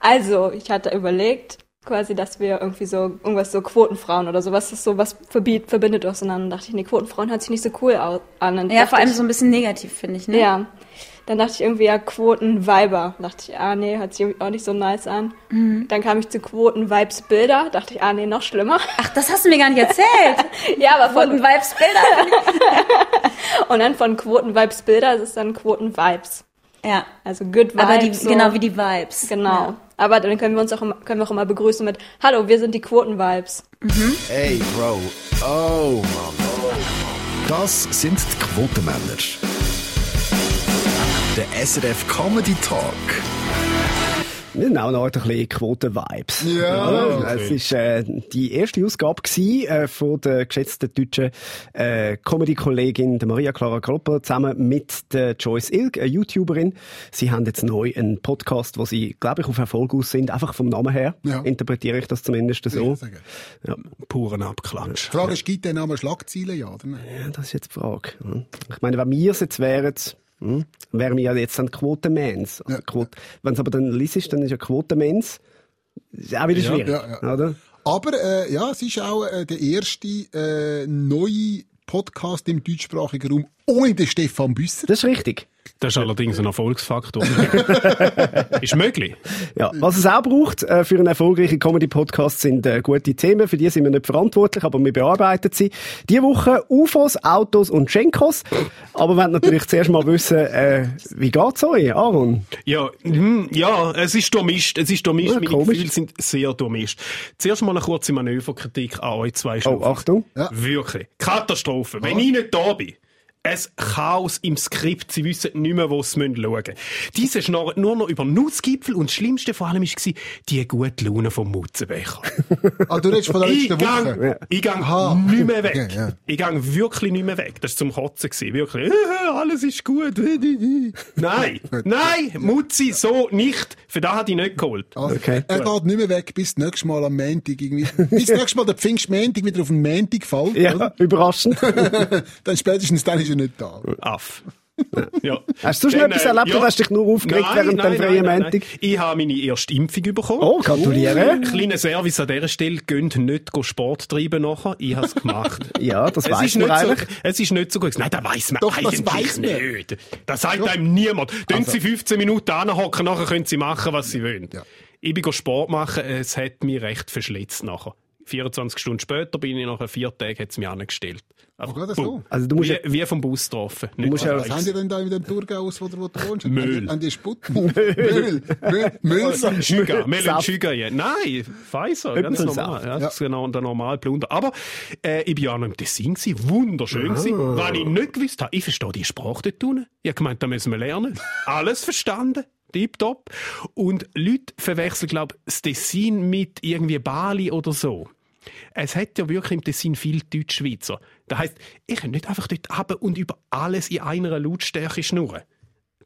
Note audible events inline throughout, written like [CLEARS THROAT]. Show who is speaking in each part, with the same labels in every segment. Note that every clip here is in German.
Speaker 1: Also, ich hatte überlegt, quasi, dass wir irgendwie so irgendwas so Quotenfrauen oder sowas, das so was verbiet, verbindet uns. Und dann dachte ich, nee, Quotenfrauen hört sich nicht so cool au- an. Dann
Speaker 2: Ja,
Speaker 1: dachte
Speaker 2: vor allem
Speaker 1: ich,
Speaker 2: so ein bisschen negativ, finde ich, ne?
Speaker 1: Ja. Dann dachte ich irgendwie, ja, Quotenweiber. Dachte ich, ah nee, hört sich irgendwie auch nicht so nice an.
Speaker 2: Mhm.
Speaker 1: Dann kam ich zu Quoten-Vibes-Bilder. Dachte ich, ah nee, noch schlimmer. [LAUGHS]
Speaker 2: Ach, das hast du mir gar nicht erzählt.
Speaker 1: ja, aber
Speaker 2: Wurden
Speaker 1: von,
Speaker 2: Vibes Bilder.
Speaker 1: und dann von Quoten-Vibes-Bilder ist es dann Quoten-Vibes.
Speaker 2: Ja.
Speaker 1: Also Good Vibes.
Speaker 2: Aber die,
Speaker 1: so.
Speaker 2: genau wie die Vibes.
Speaker 1: Genau.
Speaker 2: Ja.
Speaker 1: Aber dann können wir uns auch immer, können wir auch immer begrüßen mit Hallo, wir sind die Quoten-Vibes.
Speaker 3: Ey, Bro. Oh, Mann. Das sind die Quotenmänner. Der SRF Comedy Talk.
Speaker 4: Wir nehmen auch noch ein bisschen Quoten-Vibes.
Speaker 3: Ja.
Speaker 4: Es ist äh, die erste Ausgabe gewesen, äh, von der geschätzten deutschen äh, Comedy-Kollegin der Maria Clara Kropper zusammen mit der Joyce Ilg, eine YouTuberin. Sie haben jetzt neu einen Podcast, wo sie, glaube ich, auf Erfolg aus sind, einfach vom Namen her.
Speaker 5: Ja.
Speaker 4: Interpretiere ich das zumindest
Speaker 5: würde
Speaker 4: so.
Speaker 5: ich sagen.
Speaker 4: Ja, puren Abklatsch.
Speaker 5: Die Frage ist, gibt der Name Schlagzeilen, ja oder nein?
Speaker 4: Ja, das ist jetzt die Frage. hm. Ich meine, wenn wir es jetzt wären, hm, wären wir ja jetzt dann Quotenmans. Also
Speaker 5: Ja.
Speaker 4: Quot wenn es aber dann liest, dann ist ja Quotenmans. Ist auch wieder schwierig,
Speaker 5: ja, ja.
Speaker 4: oder?
Speaker 5: Aber äh, ja, es ist auch äh, der erste äh, neue Podcast im deutschsprachigen Raum ohne den Stefan Büsser.
Speaker 4: Das ist richtig.
Speaker 6: Das ist allerdings
Speaker 4: [LAUGHS]
Speaker 6: ein Erfolgsfaktor. ist möglich.
Speaker 4: Ja. Was es auch braucht äh, für einen erfolgreichen Comedy-Podcast sind äh, gute Themen. Für die sind wir nicht verantwortlich, aber wir bearbeiten sie. Diese Woche UFOs, Autos und Schenkos. Aber wir wollen natürlich zuerst mal wissen, äh, wie geht's euch, Aaron?
Speaker 6: Ja, hm, ja, es ist durchmischt. Es ist durchmischt.
Speaker 4: Ja,
Speaker 6: Meine
Speaker 4: komisch.
Speaker 6: Gefühle sind sehr durchmischt. Zuerst mal eine kurze Manöverkritik an euch zwei
Speaker 4: Oh, Ah.
Speaker 6: Schnuffeln.
Speaker 4: Achtung.
Speaker 5: Ja.
Speaker 6: Wirklich. Katastrophe. Wenn ich nicht da bin, ein Chaos im Skript. Sie wissen nicht mehr, wo sie schauen müssen. Diese schnarren nur noch über Nutzgipfel und das Schlimmste vor allem war die gute Laune vom Mutzenbecher.
Speaker 5: Ah, du redest von der
Speaker 6: Ich
Speaker 5: letzten Woche.
Speaker 6: gang, ich gang
Speaker 5: Aha.
Speaker 6: nicht mehr weg.
Speaker 5: Okay, ja.
Speaker 6: Ich gang wirklich nicht mehr weg. Das war zum Kotzen. Gewesen. Wirklich. [LAUGHS] Äh, Alles ist gut. [LAUGHS] Äh, äh, äh. Nein. Nein, Mutzi, so nicht. Für das hat ich nicht geholt.
Speaker 5: Also,
Speaker 4: Okay.
Speaker 5: Er geht nicht mehr weg, bis nächstes Mal am Montag. Irgendwie. Bis nächstes Mal der Pfingstmontag wieder auf den Montag fällt.
Speaker 4: Ja,
Speaker 5: Oder?
Speaker 4: überraschend.
Speaker 5: [LAUGHS] Dann spätestens dann ist er nicht da.
Speaker 6: Aff. Ja.
Speaker 4: Hast du sonst noch
Speaker 6: Dann,
Speaker 4: etwas
Speaker 6: äh,
Speaker 4: erlebt oder hast du dich nur aufgeregt während dem freien Montag?
Speaker 6: Ich habe meine erste Impfung bekommen.
Speaker 4: Oh, gratuliere.
Speaker 6: Uh, Kleiner Service an dieser Stelle, geht nicht go Sport treiben nachher. Ich habe es gemacht.
Speaker 4: [LAUGHS] Ja, das
Speaker 6: es
Speaker 4: weiss
Speaker 6: ist,
Speaker 4: man
Speaker 6: nicht so,
Speaker 4: eigentlich.
Speaker 6: es ist nicht so gut. Nein, das weiss man
Speaker 5: Doch, das
Speaker 6: eigentlich
Speaker 5: weiss man.
Speaker 6: nicht. Das sagt einem niemand. Tun
Speaker 4: Also-
Speaker 6: Sie 15 Minuten anhocken, nachher können Sie machen, was Sie wollen.
Speaker 5: Ja.
Speaker 6: Ich bin go Sport machen, es hat mich recht verschlitzt nachher. 24 Stunden später bin ich nachher vier Tage, hat es mich angestellt.
Speaker 5: Ach, gerade so.
Speaker 4: Also du musst
Speaker 6: wie,
Speaker 4: ja-
Speaker 6: wie vom Bus getroffen. Du
Speaker 4: musst ja-
Speaker 5: Was haben die denn da mit dem Thurgau aus, wo du wo du wohnst?
Speaker 6: Müll.
Speaker 5: Haben die Sputten? Müll. Müll. Also, Müll.
Speaker 6: Schüger, Melon
Speaker 4: Saft.
Speaker 6: Schüger, ja. Nein, Pfizer, ganz
Speaker 4: Äpfelsaft.
Speaker 6: normal. Ja, das ist genau der normale Plunder. Aber äh, ich war auch noch im Tessin, gewesen, wunderschön. gewesen. Was ich nicht gewusst habe, ich verstehe die Sprache dort unten. Ich habe gemeint, da müssen wir lernen. Alles verstanden. Tipptopp. Und Leute verwechseln, glaube ich, das Tessin mit irgendwie Bali oder so. Es hat ja wirklich im Tessin viel Deutschschweizer. Das heisst, ich kann nicht einfach dort runter und über alles in einer Lautstärke schnurren.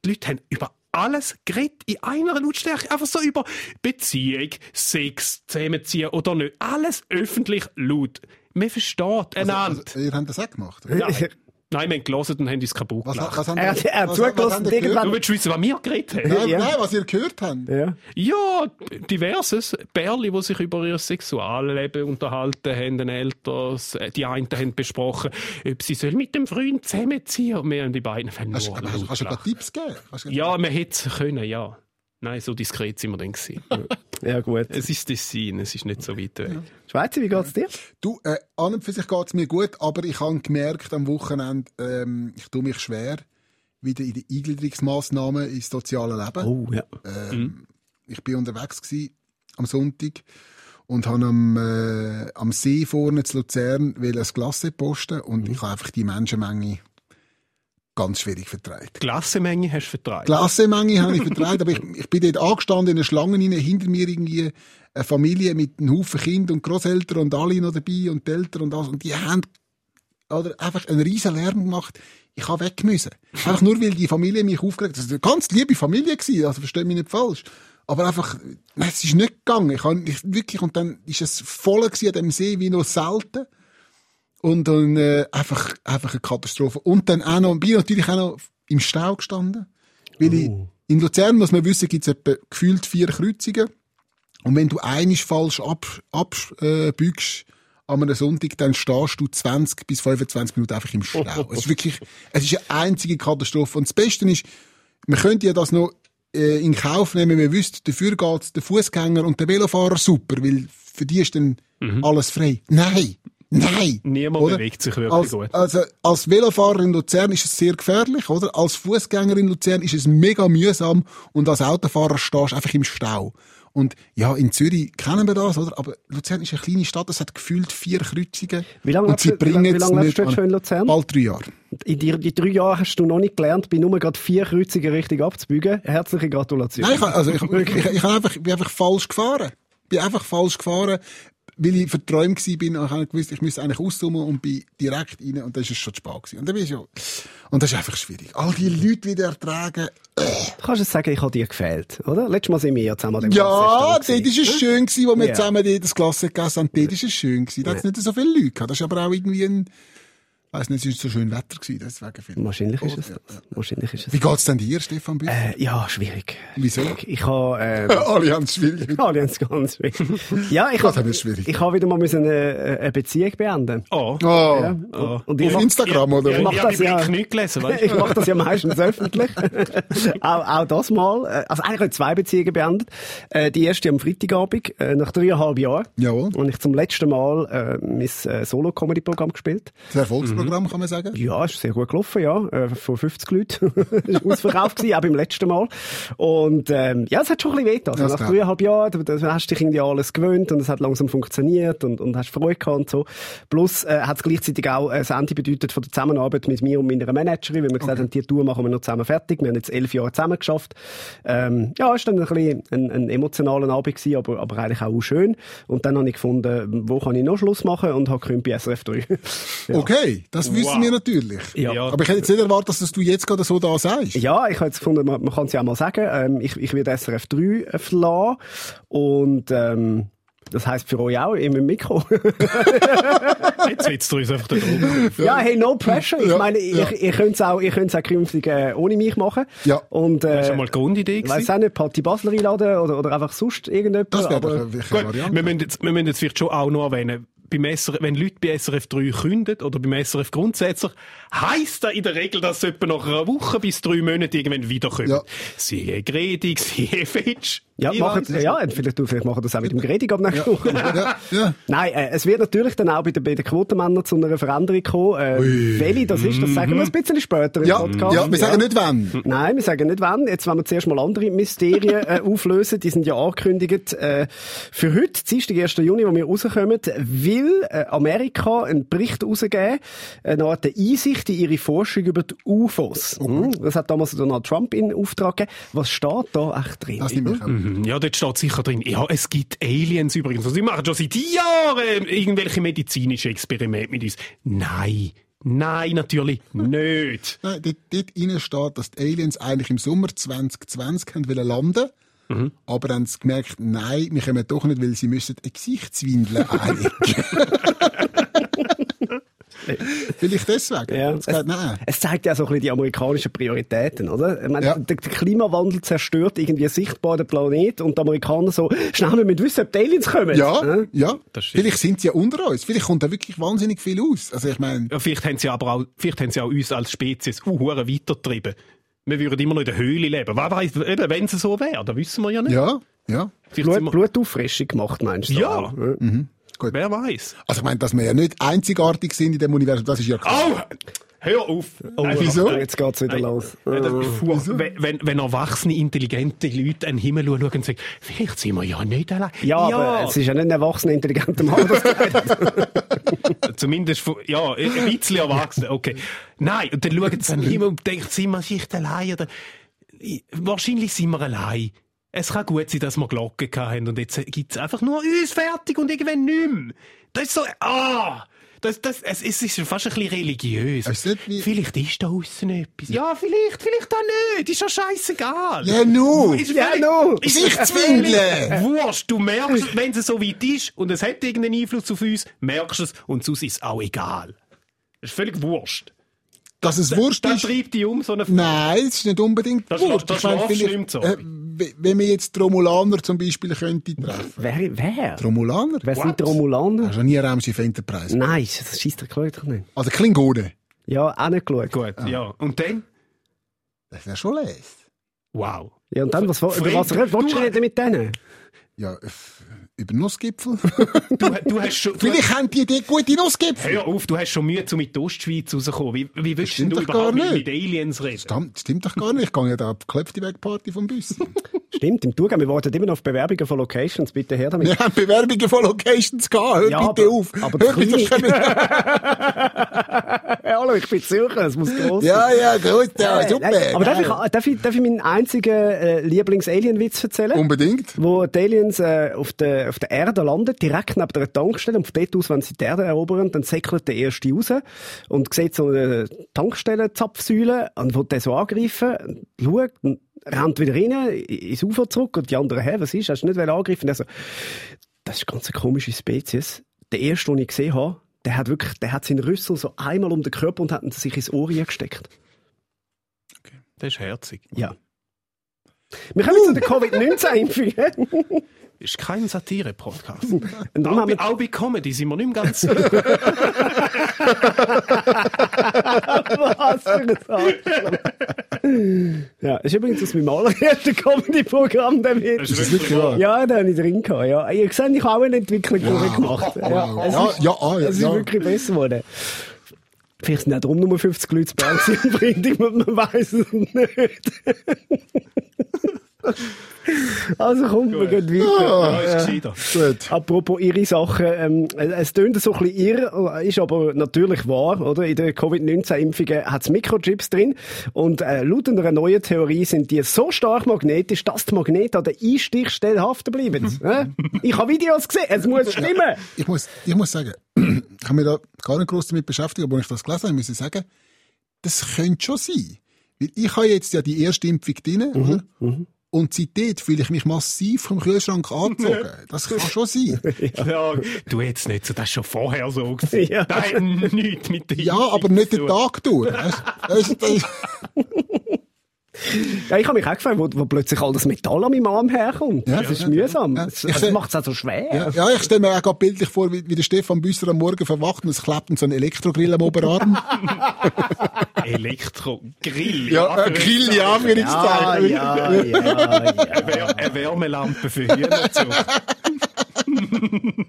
Speaker 6: Die Leute haben über alles geredet in einer Lautstärke. Einfach so über Beziehung, Sex, Zusammenziehen oder nicht. Alles öffentlich laut. Man versteht einander.
Speaker 5: Also, ihr habt das auch gemacht. oder?
Speaker 6: Nein. Nein, wir haben gelesen und haben uns kaputt
Speaker 5: Was,
Speaker 6: gemacht.
Speaker 5: was haben
Speaker 4: Er
Speaker 5: die-
Speaker 4: hat- er hat
Speaker 5: was-
Speaker 4: zugelassen,
Speaker 5: was haben die gehört?
Speaker 4: irgendwann-
Speaker 6: Du willst wissen, was wir geredet haben?
Speaker 5: Nein,
Speaker 4: Ja.
Speaker 5: nein, was ihr gehört habt.
Speaker 4: Ja.
Speaker 6: Ja, diverses. Bärli, die sich über ihr Sexualleben unterhalten haben, den Eltern. äh, Die einen haben besprochen, ob sie sollen mit dem Freund zusammenziehen sollen. Wir haben die beiden haben
Speaker 5: Hast,
Speaker 6: nur
Speaker 5: hast, hast,
Speaker 6: laut
Speaker 5: hast du ein paar
Speaker 6: gelacht.
Speaker 5: Tipps gegeben? Hast du-
Speaker 6: Ja, man hätte es können, ja. Nein, so diskret sind wir dann gewesen.
Speaker 4: ja, gut.
Speaker 6: Es ist Tessin, es ist nicht so weit weg.
Speaker 4: Schweizer, wie geht's dir?
Speaker 5: Du, äh, an und für sich geht's mir gut, aber ich habe gemerkt am Wochenende, ähm, ich tue mich schwer wieder in die Eingliederungsmaßnahmen ins soziale Leben.
Speaker 4: Oh, ja.
Speaker 5: Ich bin unterwegs gewesen, am Sonntag und habe am, äh, am See vorne zu Luzern will ein Glasse posten und ich habe einfach die Menschenmenge ganz schwierig vertreibt.
Speaker 6: Die Klassenmenge hast du vertreibt.
Speaker 5: Klassenmenge habe ich vertreibt, aber ich, ich bin dort angestanden in einer Schlange rein, hinter mir irgendwie eine Familie mit einem Haufen Kind und Großeltern und alle noch dabei und die Eltern und alles. Und die haben oder, einfach einen riesen Lärm gemacht. Ich habe weg müssen. Einfach nur, weil die Familie mich aufgeregt hat. Das war eine ganz liebe Familie, gewesen, also verstehe mich nicht falsch. Aber einfach, nein, es ist nicht gegangen. Ich habe, ich, wirklich, und dann ist es voll gewesen an dem See wie noch selten. Und dann äh, einfach, einfach eine Katastrophe. Und dann auch noch, bin ich natürlich auch noch im Stau gestanden. Weil ich, in Luzern muss man wissen, gibt es etwa gefühlt vier Kreuzungen. Und wenn du einisch falsch abbiegst ab, äh, biegst an einem Sonntag, dann stehst du 20 bis 25 Minuten einfach im Stau. es ist wirklich, es ist eine einzige Katastrophe. Und das Beste ist, man könnte ja das noch äh, in Kauf nehmen, wenn man wüsste, dafür geht's der Fußgänger und der Velofahrer super, weil für die ist dann alles frei. Nein! Nein!
Speaker 6: Mhm. Niemand
Speaker 5: Oder?
Speaker 6: bewegt sich wirklich
Speaker 5: als,
Speaker 6: gut.
Speaker 5: Also als Velofahrer in Luzern ist es sehr gefährlich, oder? Als Fußgänger in Luzern ist es mega mühsam und als Autofahrer stehst du einfach im Stau. Und ja, in Zürich kennen wir das, oder? Aber Luzern ist eine kleine Stadt, es hat gefühlt vier Kreuzungen.
Speaker 4: Wie lange
Speaker 5: und sie
Speaker 4: lebst du- wie
Speaker 5: bringen
Speaker 4: lange- wie
Speaker 5: es
Speaker 4: lange lebst
Speaker 5: nicht
Speaker 4: du jetzt
Speaker 5: an-
Speaker 4: schon in Luzern?
Speaker 5: Bald drei Jahre.
Speaker 4: In die, die drei Jahren hast du noch nicht gelernt, bei nur gerade vier Kreuzungen richtig abzubügen. Herzliche Gratulation.
Speaker 5: Nein, ich, hab- also ich, ich, ich, ich hab einfach, bin einfach falsch gefahren. bin einfach falsch gefahren, weil ich verträumt war. bin. Ich habe gewusst, ich müsste eigentlich auszoomen und bin direkt rein. Und dann ist es schon zu spät. Gewesen. Und dann bin ich schon. Und das ist einfach schwierig. All die Leute wieder ertragen.
Speaker 4: Du kannst jetzt sagen, ich habe dir gefehlt, oder? Letztes Mal sind wir ja zusammen an dem
Speaker 5: Ja,
Speaker 4: Konzert
Speaker 5: dort war es schön, gewesen, wo wir
Speaker 4: Ja.
Speaker 5: zusammen dort das Glas gegessen haben. Dort war es schön. Gewesen. Da hat es nicht so viele Leute gehabt. Das ist aber auch irgendwie ein, weiss nicht, es war so schön Wetter gewesen, deswegen viel.
Speaker 4: Wahrscheinlich ist
Speaker 5: Oh,
Speaker 4: es
Speaker 5: ja.
Speaker 4: das. Wahrscheinlich ist es
Speaker 5: Wie geht's denn dir, Stefan Bühl?
Speaker 4: Äh, ja, schwierig.
Speaker 5: Wieso?
Speaker 4: Ich, ich habe... Äh, [LAUGHS]
Speaker 5: [LAUGHS] Alle haben es schwierig. mit-
Speaker 4: Italiens ganz schwierig. Ja, ich
Speaker 5: Das
Speaker 4: habe
Speaker 5: ist schwierig.
Speaker 4: ich habe wieder mal müssen, äh, eine Beziehung beenden.
Speaker 6: Oh.
Speaker 5: Oh.
Speaker 6: Oh.
Speaker 4: Und ich,
Speaker 5: Auf Instagram, oder?
Speaker 6: Ja,
Speaker 5: wo?
Speaker 4: mach
Speaker 6: ich
Speaker 4: das
Speaker 6: habe die
Speaker 4: ja.
Speaker 6: Blick nicht gelesen, weißt
Speaker 4: ich mache das ja meistens öffentlich. auch, auch das mal. Äh, Also eigentlich habe ich zwei Beziehungen beendet. Äh, die erste am Freitagabend, äh, nach dreieinhalb Jahren.
Speaker 5: Jawohl.
Speaker 4: Und ich zum letzten Mal äh, mein äh, Solo-Comedy-Programm gespielt.
Speaker 5: Das
Speaker 4: Mhm.
Speaker 5: Erfolgsprogramm, kann man sagen.
Speaker 4: Ja, ist sehr gut gelaufen, ja. Äh, vor 50 Leuten. [LAUGHS] ist ausverkauft gewesen, auch beim letzten Mal. Und, ähm, ja, es hat schon ein bisschen wehgetan.
Speaker 5: Das
Speaker 4: Also nach
Speaker 5: glaub ich.
Speaker 4: dreieinhalb Jahren, da, da hast du dich irgendwie an alles gewöhnt und es hat langsam funktioniert und, und hast Freude gehabt und so. Plus, äh, hat es gleichzeitig auch ein Ende bedeutet von der Zusammenarbeit mit mir und meiner Managerin, weil wir gesagt haben, die Tour machen wir noch zusammen fertig. Wir haben jetzt elf Jahre zusammen geschafft. Ähm, ja, ist dann ein bisschen ein, ein emotionaler Abend gewesen, aber, aber eigentlich auch schön. Und dann habe ich gefunden, wo kann ich noch Schluss machen und habe gekündigt bei SRF 3. [LAUGHS] ja.
Speaker 5: Okay, das wissen
Speaker 6: Wow.
Speaker 5: wir natürlich.
Speaker 4: Ja.
Speaker 5: Aber ich hätte jetzt nicht erwartet, dass das du jetzt gerade so da sagst.
Speaker 4: Ja, ich habe jetzt gefunden, man, man kann es ja auch mal sagen. Ähm, ich, ich werde SRF 3 äh, verlassen. Und ähm, das heisst für euch auch, immer Mikro. [LAUGHS]
Speaker 5: [LAUGHS]
Speaker 6: Jetzt sitzt du uns einfach da drum.
Speaker 4: ja, hey, no pressure. Ich
Speaker 5: Ja,
Speaker 4: meine,
Speaker 5: ja.
Speaker 4: ich, ihr könnt es auch, ihr könnt's auch künftig äh, ohne mich machen.
Speaker 5: Ja.
Speaker 4: Und, äh,
Speaker 6: Das war mal die Grundidee.
Speaker 4: ich
Speaker 6: gewesen.
Speaker 4: weiss auch nicht, Party Basler einladen oder, oder einfach sonst irgendjemand.
Speaker 5: Das wäre doch
Speaker 4: aber-
Speaker 5: eine wirkliche
Speaker 6: Gut, wir
Speaker 5: Variante.
Speaker 6: müssen, jetzt, wir müssen jetzt vielleicht schon auch noch erwähnen, beim SRF, wenn Leute bei SRF 3 künden oder beim SRF Grundsätzer, heisst das in der Regel, dass sie etwa nach einer Woche bis drei Monaten irgendwann wiederkommen.
Speaker 5: Ja.
Speaker 6: Siehe Gredig, siehe Fitsch.
Speaker 4: ja,
Speaker 6: Ich
Speaker 4: machen,
Speaker 6: weiss.
Speaker 4: ja, und vielleicht, du, vielleicht machen das auch mit dem Gredig ab nächster Woche.
Speaker 5: Ja, ja.
Speaker 4: Nein, äh, es wird natürlich dann auch bei den, bei den Quotenmännern zu einer Veränderung kommen. Äh, welche das ist, das
Speaker 6: Mhm.
Speaker 4: sagen wir ein bisschen später im
Speaker 5: Ja,
Speaker 4: Podcast. Mhm.
Speaker 5: ja, wir sagen nicht wann.
Speaker 4: Nein, wir sagen nicht wann. Jetzt wollen wir zuerst mal andere Mysterien
Speaker 5: [LAUGHS]
Speaker 4: äh, auflösen. Die sind ja angekündigt äh, für heute, Dienstag, 1. Juni, wo wir rauskommen, will äh, Amerika einen Bericht rausgeben, eine Art Einsicht in ihre Forschung über die UFOs. Mhm. Das hat damals Donald Trump in Auftrag gegeben. Was steht da echt drin?
Speaker 5: Das nehme ich auch.
Speaker 6: Mhm, Ja, dort steht sicher drin. Ja, es gibt Aliens übrigens. Und Sie machen schon seit Jahren irgendwelche medizinischen Experimente mit uns. Nein. Nein, natürlich nicht.
Speaker 5: Nein, dort, dort innen steht, dass die Aliens eigentlich im Sommer 2020 haben wollen landen
Speaker 4: Mhm.
Speaker 5: aber haben sie gemerkt, nein, wir kommen doch nicht, weil sie müssen
Speaker 4: [LAUGHS]
Speaker 5: eine Gesichtswindel einlegen. Vielleicht deswegen.
Speaker 4: Ja,
Speaker 5: Es geht, nein.
Speaker 4: Es zeigt ja so ein bisschen die amerikanischen Prioritäten, oder? Ich meine,
Speaker 5: Ja.
Speaker 4: der, der Klimawandel zerstört irgendwie sichtbar den Planet und die Amerikaner so, [LAUGHS] schnell, wir müssen wissen, ob die Aliens kommen.
Speaker 5: Ja, ja.
Speaker 6: äh, Das stimmt.
Speaker 5: Vielleicht sind sie ja unter uns. Vielleicht kommt da wirklich wahnsinnig viel aus. Also ich meine,
Speaker 6: Ja, vielleicht haben sie aber auch, vielleicht haben sie auch uns als Spezies uhuere weitergetrieben. Wir würden immer noch in der Höhle leben. Wer weiss, eben, wenn es so wäre, das wissen wir ja nicht.
Speaker 5: ja, ja.
Speaker 6: Vielleicht sind
Speaker 4: Blut,
Speaker 6: wir-
Speaker 4: Blutauffrischung gemacht, meinst du?
Speaker 6: Ja.
Speaker 4: auch, ne?
Speaker 6: Wer weiß?
Speaker 5: Also ich meine, dass wir ja nicht einzigartig sind in dem Universum, das ist ja klar.
Speaker 6: Au! Hör auf!
Speaker 4: Oh,
Speaker 6: Nein,
Speaker 5: wieso?
Speaker 6: nein.
Speaker 4: Jetzt geht's wieder
Speaker 6: Nein.
Speaker 4: los. Äh,
Speaker 6: Nein, das- Puh, Wenn, wenn- wenn erwachsene, intelligente Leute an den Himmel schauen und sagen, vielleicht sind wir ja nicht allein.
Speaker 4: Ja, aber es ist ja nicht ein erwachsener, intelligenter Mann.
Speaker 6: [LAUGHS]
Speaker 4: Das
Speaker 6: Zumindest, von, ja, ein ein bisschen erwachsen, okay. Nein, und dann schauen sie an den Himmel und denken, sind wir nicht allein? Oder, I- wahrscheinlich sind wir allein. Es kann gut sein, dass wir Glocken gehabt haben und jetzt gibt's einfach nur uns fertig und irgendwann nicht mehr. Das ist so, ah! Das, das, es, es ist fast ein bisschen religiös.
Speaker 5: Es ist nicht wie-
Speaker 6: Vielleicht ist da außen etwas. Ja, vielleicht, vielleicht auch nicht. Ist ja scheißegal.
Speaker 5: Ja, nu.
Speaker 6: Ist
Speaker 4: Ja,
Speaker 6: völlig-
Speaker 4: nu.
Speaker 6: ist
Speaker 5: Gesichtswindeln.
Speaker 6: Wurscht, du merkst, wenn es so weit ist und es hat irgendeinen Einfluss auf uns, merkst du es und sonst ist es auch egal. Das ist völlig wurscht.
Speaker 5: Dass es Wurst
Speaker 6: Dann
Speaker 5: ist.
Speaker 6: treibt die um, so eine
Speaker 5: Nein, es ist nicht unbedingt
Speaker 6: Das
Speaker 5: Wurst.
Speaker 6: schla- das
Speaker 5: Ich meine,
Speaker 6: schlafst
Speaker 5: vielleicht,
Speaker 6: du im Zoo.
Speaker 5: äh, w- Wenn wir jetzt die Romulaner zum Beispiel könnte treffen.
Speaker 4: Wer? Wer?
Speaker 5: Die Romulaner?
Speaker 4: Wer
Speaker 5: What?
Speaker 4: sind die Romulaner?
Speaker 5: Hast du noch nie ein Raumschiff Enterprise?
Speaker 4: Nein, das schießt der Kollege doch nicht.
Speaker 5: Also Klingonen.
Speaker 4: Ja, auch nicht geschaut.
Speaker 6: Gut, ja. Und dann?
Speaker 5: Das wäre schon les.
Speaker 6: Wow.
Speaker 4: Ja, und dann, was, wo- über
Speaker 6: Fred,
Speaker 4: was willst du
Speaker 6: du-
Speaker 4: reden mit denen?
Speaker 5: Ja, f- über Nussgipfel. [LAUGHS]
Speaker 6: Du, du hast schon... Du,
Speaker 5: Vielleicht haben die Idee gute Nussgipfel.
Speaker 6: hör auf, du hast schon Mühe, um mit der Ostschweiz rauszukommen. Wie, wie willst denn
Speaker 5: stimmt
Speaker 6: du
Speaker 5: doch gar
Speaker 6: überhaupt mit,
Speaker 5: nicht.
Speaker 6: mit Aliens reden?
Speaker 5: Stimmt, stimmt doch gar nicht. Ich gehe ja da auf die Klöpfti-Weg-Party vom Bus. [LAUGHS]
Speaker 4: Stimmt, im Thurgau, wir warten immer noch auf Bewerbungen von Locations. Bitte her damit.
Speaker 5: Wir haben Bewerbungen von Locations gehabt. Hör
Speaker 4: Ja,
Speaker 5: bitte
Speaker 4: aber-
Speaker 5: auf.
Speaker 4: aber
Speaker 5: Hör bitte,
Speaker 4: die
Speaker 5: das können
Speaker 4: Hey, [LAUGHS] hallo, ich bin Zürcher, es muss groß sein.
Speaker 5: Ja, ja, gut, ja,
Speaker 4: Hey, nein,
Speaker 5: super.
Speaker 4: aber darf
Speaker 5: Nein.
Speaker 4: ich, darf, ich, darf ich meinen einzigen äh, Lieblings-Alien-Witz erzählen?
Speaker 5: Um Unbedingt.
Speaker 4: wo die Aliens äh, auf, der, auf der Erde landen, direkt neben der Tankstelle. Und von dort aus, wenn sie die Erde erobern, dann säckelt der Erste raus und sieht so eine Tankstellen-Zapfsäule und will den so angreifen, schaut und rennt wieder rein ins Ufer zurück und die anderen, hä, was ist, hast du nicht wollen angreifen? Und er so, das ist ganz eine komische Spezies. Der Erste, den ich gesehen habe, der hat wirklich, der hat seinen Rüssel so einmal um den Körper und hat ihn sich ins Ohr gesteckt.
Speaker 6: Das ist herzig.
Speaker 4: Ja. Wir kommen zu der Covid-19-Impfung.
Speaker 6: ist
Speaker 5: [LAUGHS]
Speaker 6: kein Satire-Podcast.
Speaker 4: Und darum
Speaker 6: auch,
Speaker 4: haben
Speaker 6: bei,
Speaker 4: wir-
Speaker 6: auch bei Comedy sind wir nicht mehr ganz...
Speaker 4: Was für ein Arschloch. Ja, das ist übrigens aus meinem allerersten Comedy-Programm, der Witz.
Speaker 5: Ist das wirklich wahr?
Speaker 4: Ja, den habe ich drin gehabt, ja. Ihr seht, ich habe auch eine Entwicklung durchgemacht. Ja, es
Speaker 5: Ja,
Speaker 4: ist,
Speaker 5: ja, ah, ja,
Speaker 4: es ist
Speaker 5: ja.
Speaker 4: wirklich besser geworden. Vielleicht sind auch darum nur 50 Leute zu Bern gewesen [LAUGHS] im Frühling, man weiß es nicht. [LAUGHS] Also kommt, wir gehen weiter.
Speaker 5: Ah.
Speaker 6: ja, ist gescheiter.
Speaker 5: Gut.
Speaker 4: Apropos ihre Sachen, ähm, es tönt so ein bisschen irr, ist aber natürlich wahr, oder? In den Covid-19-Impfungen hat es Mikrochips drin und äh, laut einer neuen Theorie sind die so stark magnetisch, dass die Magnete an der Einstichstelle haften bleiben. Äh? ich habe Videos gesehen, es muss stimmen.
Speaker 5: Ich muss, ich muss sagen, [CLEARS THROAT] ich habe mich da gar nicht groß damit beschäftigt, aber als ich das gelesen habe, muss ich sagen, das könnte schon sein. Weil ich habe jetzt ja die erste Impfung drin,
Speaker 4: Mhm,
Speaker 5: oder? Und seitdem fühle ich mich massiv vom Kühlschrank angezogen. Das kann
Speaker 4: [LAUGHS]
Speaker 5: schon sein.
Speaker 6: Ja, [LAUGHS] du jetzt nicht so, das ist schon vorher so. gewesen.
Speaker 4: Ja.
Speaker 6: Das hat nichts mit dir
Speaker 5: Ja, aber nicht den Tag durch. Weißt du? Weißt du, das-
Speaker 4: Ja, ich habe mich auch gefragt, wo, wo plötzlich all das Metall an meinem Arm herkommt.
Speaker 5: Ja.
Speaker 4: das ist mühsam.
Speaker 5: Ja.
Speaker 4: Das,
Speaker 5: Ich
Speaker 4: das
Speaker 5: seh-
Speaker 4: macht es auch so schwer.
Speaker 5: Ja, ja, ich stelle mir auch gerade bildlich vor, wie, wie der Stefan Büsser am Morgen verwacht und es klebt ihm so ein Elektrogrill am Oberarm.
Speaker 6: Elektrogrill.
Speaker 5: ein Grill, ja, würde ich
Speaker 4: Ah,
Speaker 5: sagen.
Speaker 4: ja, ja, ja.
Speaker 6: Eine Wär- Eine Wärmelampe für
Speaker 5: [LAUGHS]
Speaker 6: Hühnerzucht.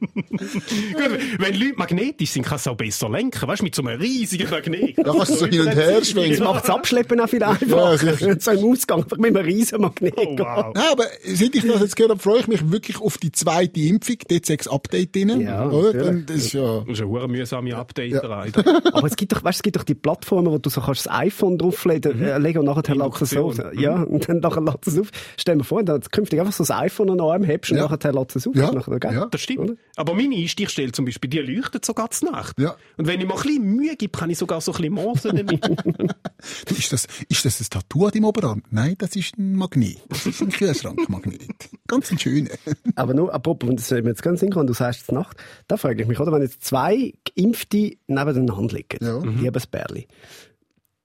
Speaker 6: Gut, wenn Leute magnetisch sind, kannst du auch besser lenken, weißt du, mit so einem riesigen Magnet.
Speaker 5: Da kannst du so hin und her schwingen.
Speaker 4: Das macht das Abschleppen auch viel einfacher. [LAUGHS]
Speaker 5: sicher.
Speaker 4: so im Ausgang, einfach mit einem riesen Magnet.
Speaker 6: Oh, wow.
Speaker 5: Nein, aber seit ich das jetzt gehört habe, freue ich mich wirklich auf die zweite Impfung, D6-Update drin.
Speaker 4: Ja,
Speaker 5: oder?
Speaker 4: natürlich.
Speaker 5: Dann, das ist ja...
Speaker 6: Das ist ein hure mühsame Update-Reiter.
Speaker 4: Aber es gibt doch, weißt, es gibt doch die Plattformen, wo du so kannst das iPhone drauflegen
Speaker 5: Mhm.
Speaker 4: äh, legen und nachher lässt es auf.
Speaker 6: Induktion.
Speaker 4: Ja, und dann nachher lässt es auf. Stell dir vor, dann künftig einfach so das iPhone an den Arm hebst und
Speaker 5: Ja.
Speaker 4: nachher lässt es auf.
Speaker 5: Ja.
Speaker 4: Nachher, gell?
Speaker 5: Ja.
Speaker 6: Das stimmt. Aber meine Einstichstelle zum Beispiel, die leuchtet sogar zur Nacht.
Speaker 5: Ja.
Speaker 6: Und wenn ich mir ein bisschen Mühe gebe, kann ich sogar so ein bisschen morsen damit.
Speaker 5: Du, ist, das, ist das ein Tattoo an deinem Oberarm? Nein, das ist ein Magnet. Das ist ein Kühlschrankmagnet. Ganz ein schöner.
Speaker 4: Aber nur, apropos, wenn das mir jetzt ganz hinkommt, du sagst es Nacht, da frage ich mich, oder? Wenn jetzt zwei Geimpfte nebeneinander liegen,
Speaker 5: Ja. Mhm.
Speaker 4: liebes Bärli,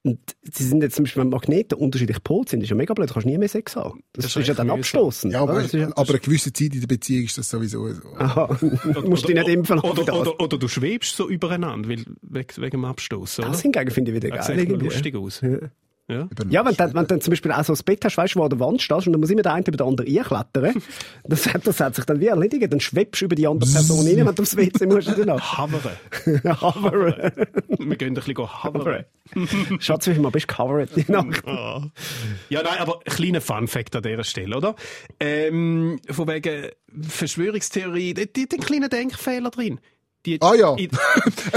Speaker 4: und sie sind jetzt zum Beispiel, wenn Magneten unterschiedlich polt sind, ist ja mega blöd, kannst nie mehr Sex haben. Das,
Speaker 6: Das ist
Speaker 4: ist ja
Speaker 6: echt
Speaker 4: dann
Speaker 6: mühsam.
Speaker 4: abstoßend.
Speaker 5: Ja, aber,
Speaker 4: Das ist ja-
Speaker 5: aber eine gewisse Zeit in der Beziehung ist das sowieso so.
Speaker 4: Aha. Ah, [LAUGHS] musst dich nicht impfen lassen.
Speaker 6: oder,
Speaker 4: das.
Speaker 6: oder, oder, oder du schwebst so übereinander, weil, wegen, wegen dem Abstoß.
Speaker 4: das hingegen finde ich wieder
Speaker 6: Das
Speaker 4: geil.
Speaker 6: sieht noch
Speaker 4: irgendwie.
Speaker 6: lustig aus. Ja.
Speaker 4: Ja, wenn du wenn dann zum Beispiel auch so ein Bett hast, weißt du, wo an der Wand stehst und dann muss immer der eine über den anderen [LAUGHS] einklettern. Das, hat- das hat sich dann wie erledigt. Dann schwebst du über die andere Person rein, wenn du aufs WC musst. [LAUGHS] Danach.
Speaker 6: Havere.
Speaker 4: Hoveren.
Speaker 6: Wir gehen ein bisschen haveren.
Speaker 4: äh, Schatz, wie viel Mal bist du covered die Nacht?
Speaker 6: Ah. Ja, nein, aber kleiner Fun-Fact an dieser Stelle, oder? Ähm, von wegen Verschwörungstheorie, die, die, den kleinen Denkfehler drin. Die,
Speaker 5: Ah ja, [LAUGHS]
Speaker 6: in-
Speaker 5: eine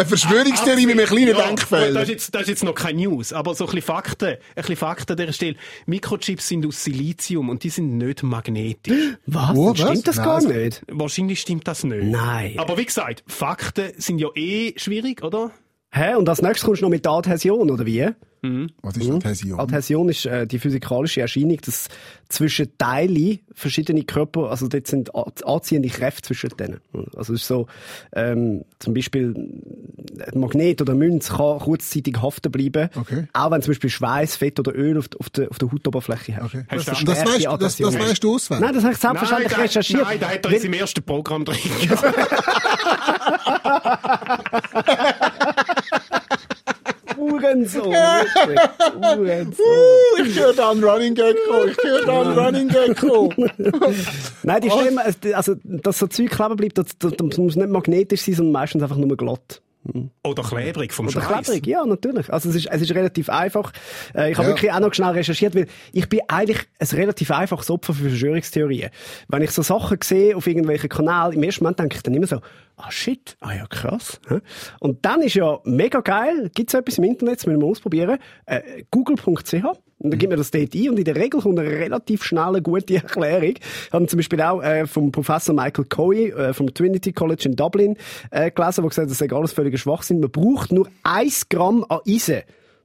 Speaker 4: Ah,
Speaker 5: Verschwörungstheorie mit einem kleinen
Speaker 6: Ja, gut,
Speaker 5: Denkfehler.
Speaker 6: Das ist, jetzt, das ist jetzt noch keine News, aber so ein bisschen Fakten. Ein bisschen Fakten an dieser Stelle. Mikrochips sind aus Silizium und die sind nicht magnetisch.
Speaker 4: Was?
Speaker 5: Wo,
Speaker 4: Dann Stimmt das
Speaker 5: was?
Speaker 4: gar
Speaker 5: Nein.
Speaker 4: nicht?
Speaker 6: Wahrscheinlich stimmt das nicht.
Speaker 4: Nein.
Speaker 6: Aber wie gesagt, Fakten sind ja eh schwierig, oder?
Speaker 4: Hä? Und als nächstes kommst du noch mit der Adhäsion, oder wie?
Speaker 5: Was ist Adhäsion?
Speaker 4: Adhäsion ist äh, die physikalische Erscheinung, dass zwischen Teile verschiedene Körper, also dort sind a- anziehende Kräfte zwischen denen. Also es ist so, ähm, zum Beispiel ein Magnet oder eine Münze kann kurzzeitig haften bleiben,
Speaker 5: Okay.
Speaker 4: auch wenn zum Beispiel Schweiß, Fett oder Öl auf, auf, der, auf der Hautoberfläche hast.
Speaker 5: Okay.
Speaker 4: Das ist
Speaker 6: Hast
Speaker 4: die
Speaker 5: du- das
Speaker 4: stärkste
Speaker 5: weißt du- das- das
Speaker 4: Adhäsion.
Speaker 5: weißt du auswendig?
Speaker 4: Nein, das habe ich selbstverständlich
Speaker 6: nein,
Speaker 4: Ah, recherchiert.
Speaker 6: Nein, da hat er
Speaker 4: Weil-
Speaker 6: jetzt im ersten Programm
Speaker 4: [LAUGHS]
Speaker 6: drin. gehabt.
Speaker 5: [LAUGHS]
Speaker 4: Uhrensohn. wirklich. Uhrensohn.
Speaker 5: Uh, ich höre da einen Running Gag kommen. Ich höre da einen Running Gag kommen.
Speaker 4: [LAUGHS]
Speaker 5: Oh.
Speaker 4: Nein, die Stimme, also, dass so Zeug kleben bleibt, das, das, das muss nicht magnetisch sein, sondern meistens einfach nur glatt.
Speaker 6: Oder klebrig vom
Speaker 4: Oder
Speaker 6: Scheiß.
Speaker 4: klebrig, ja, natürlich. Also es ist, es ist relativ einfach. Äh, ich habe
Speaker 5: Ja.
Speaker 4: wirklich auch noch schnell recherchiert, weil ich bin eigentlich ein relativ einfaches Opfer für Verschwörungstheorien. Wenn ich so Sachen sehe auf irgendwelchen Kanälen, im ersten Moment denke ich dann immer so, ah shit, ah ja krass. hä? Und dann ist ja mega geil, gibt es etwas im Internet, das müssen wir ausprobieren, äh, google.ch und dann gibt mir das dort ein und in der Regel kommt eine relativ schnelle, gute [LAUGHS] Erklärung. Ich habe zum Beispiel auch äh, vom Professor Michael Coey äh, vom Trinity College in Dublin äh, gelesen, der gesagt hat, das sei alles völliger Schwachsinn. Man braucht nur 1 Gramm an Eisen,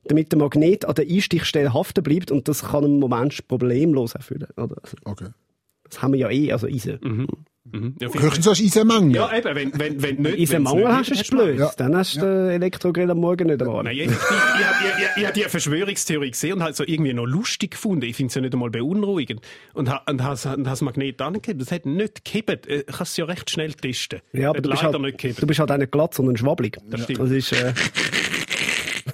Speaker 4: damit der Magnet an der Einstichstelle haften bleibt und das kann im Moment problemlos erfüllen. Oder? Also,
Speaker 5: Okay.
Speaker 4: Das haben wir ja eh, also Eisen.
Speaker 6: Mhm. Ja, vielleicht-
Speaker 5: Höchstens hast du Eisenmangel.
Speaker 6: ja, eben, wenn, wenn, wenn nicht.
Speaker 4: Eisenmangel
Speaker 6: wenn's
Speaker 4: hast,
Speaker 6: nicht
Speaker 4: ist blöd.
Speaker 5: Ja.
Speaker 4: Dann hast du den Elektrogrill am Morgen nicht am Abend.
Speaker 6: Nein, ich, ich, ich, ich, ich, ich habe die Verschwörungstheorie gesehen und halt so irgendwie noch lustig gefunden. Ich finde es ja nicht einmal beunruhigend. Und ha- und has und has Magnet angegeben. Das hat nicht gekippt. Äh, Kannst es ja recht schnell testen.
Speaker 4: Ja, aber
Speaker 6: hat
Speaker 4: du bist,
Speaker 6: leider nicht
Speaker 4: halt,
Speaker 6: gekippt.
Speaker 4: du bist halt auch nicht glatt, sondern schwabbelig.
Speaker 6: Das stimmt.
Speaker 4: Das ist, äh, [LAUGHS]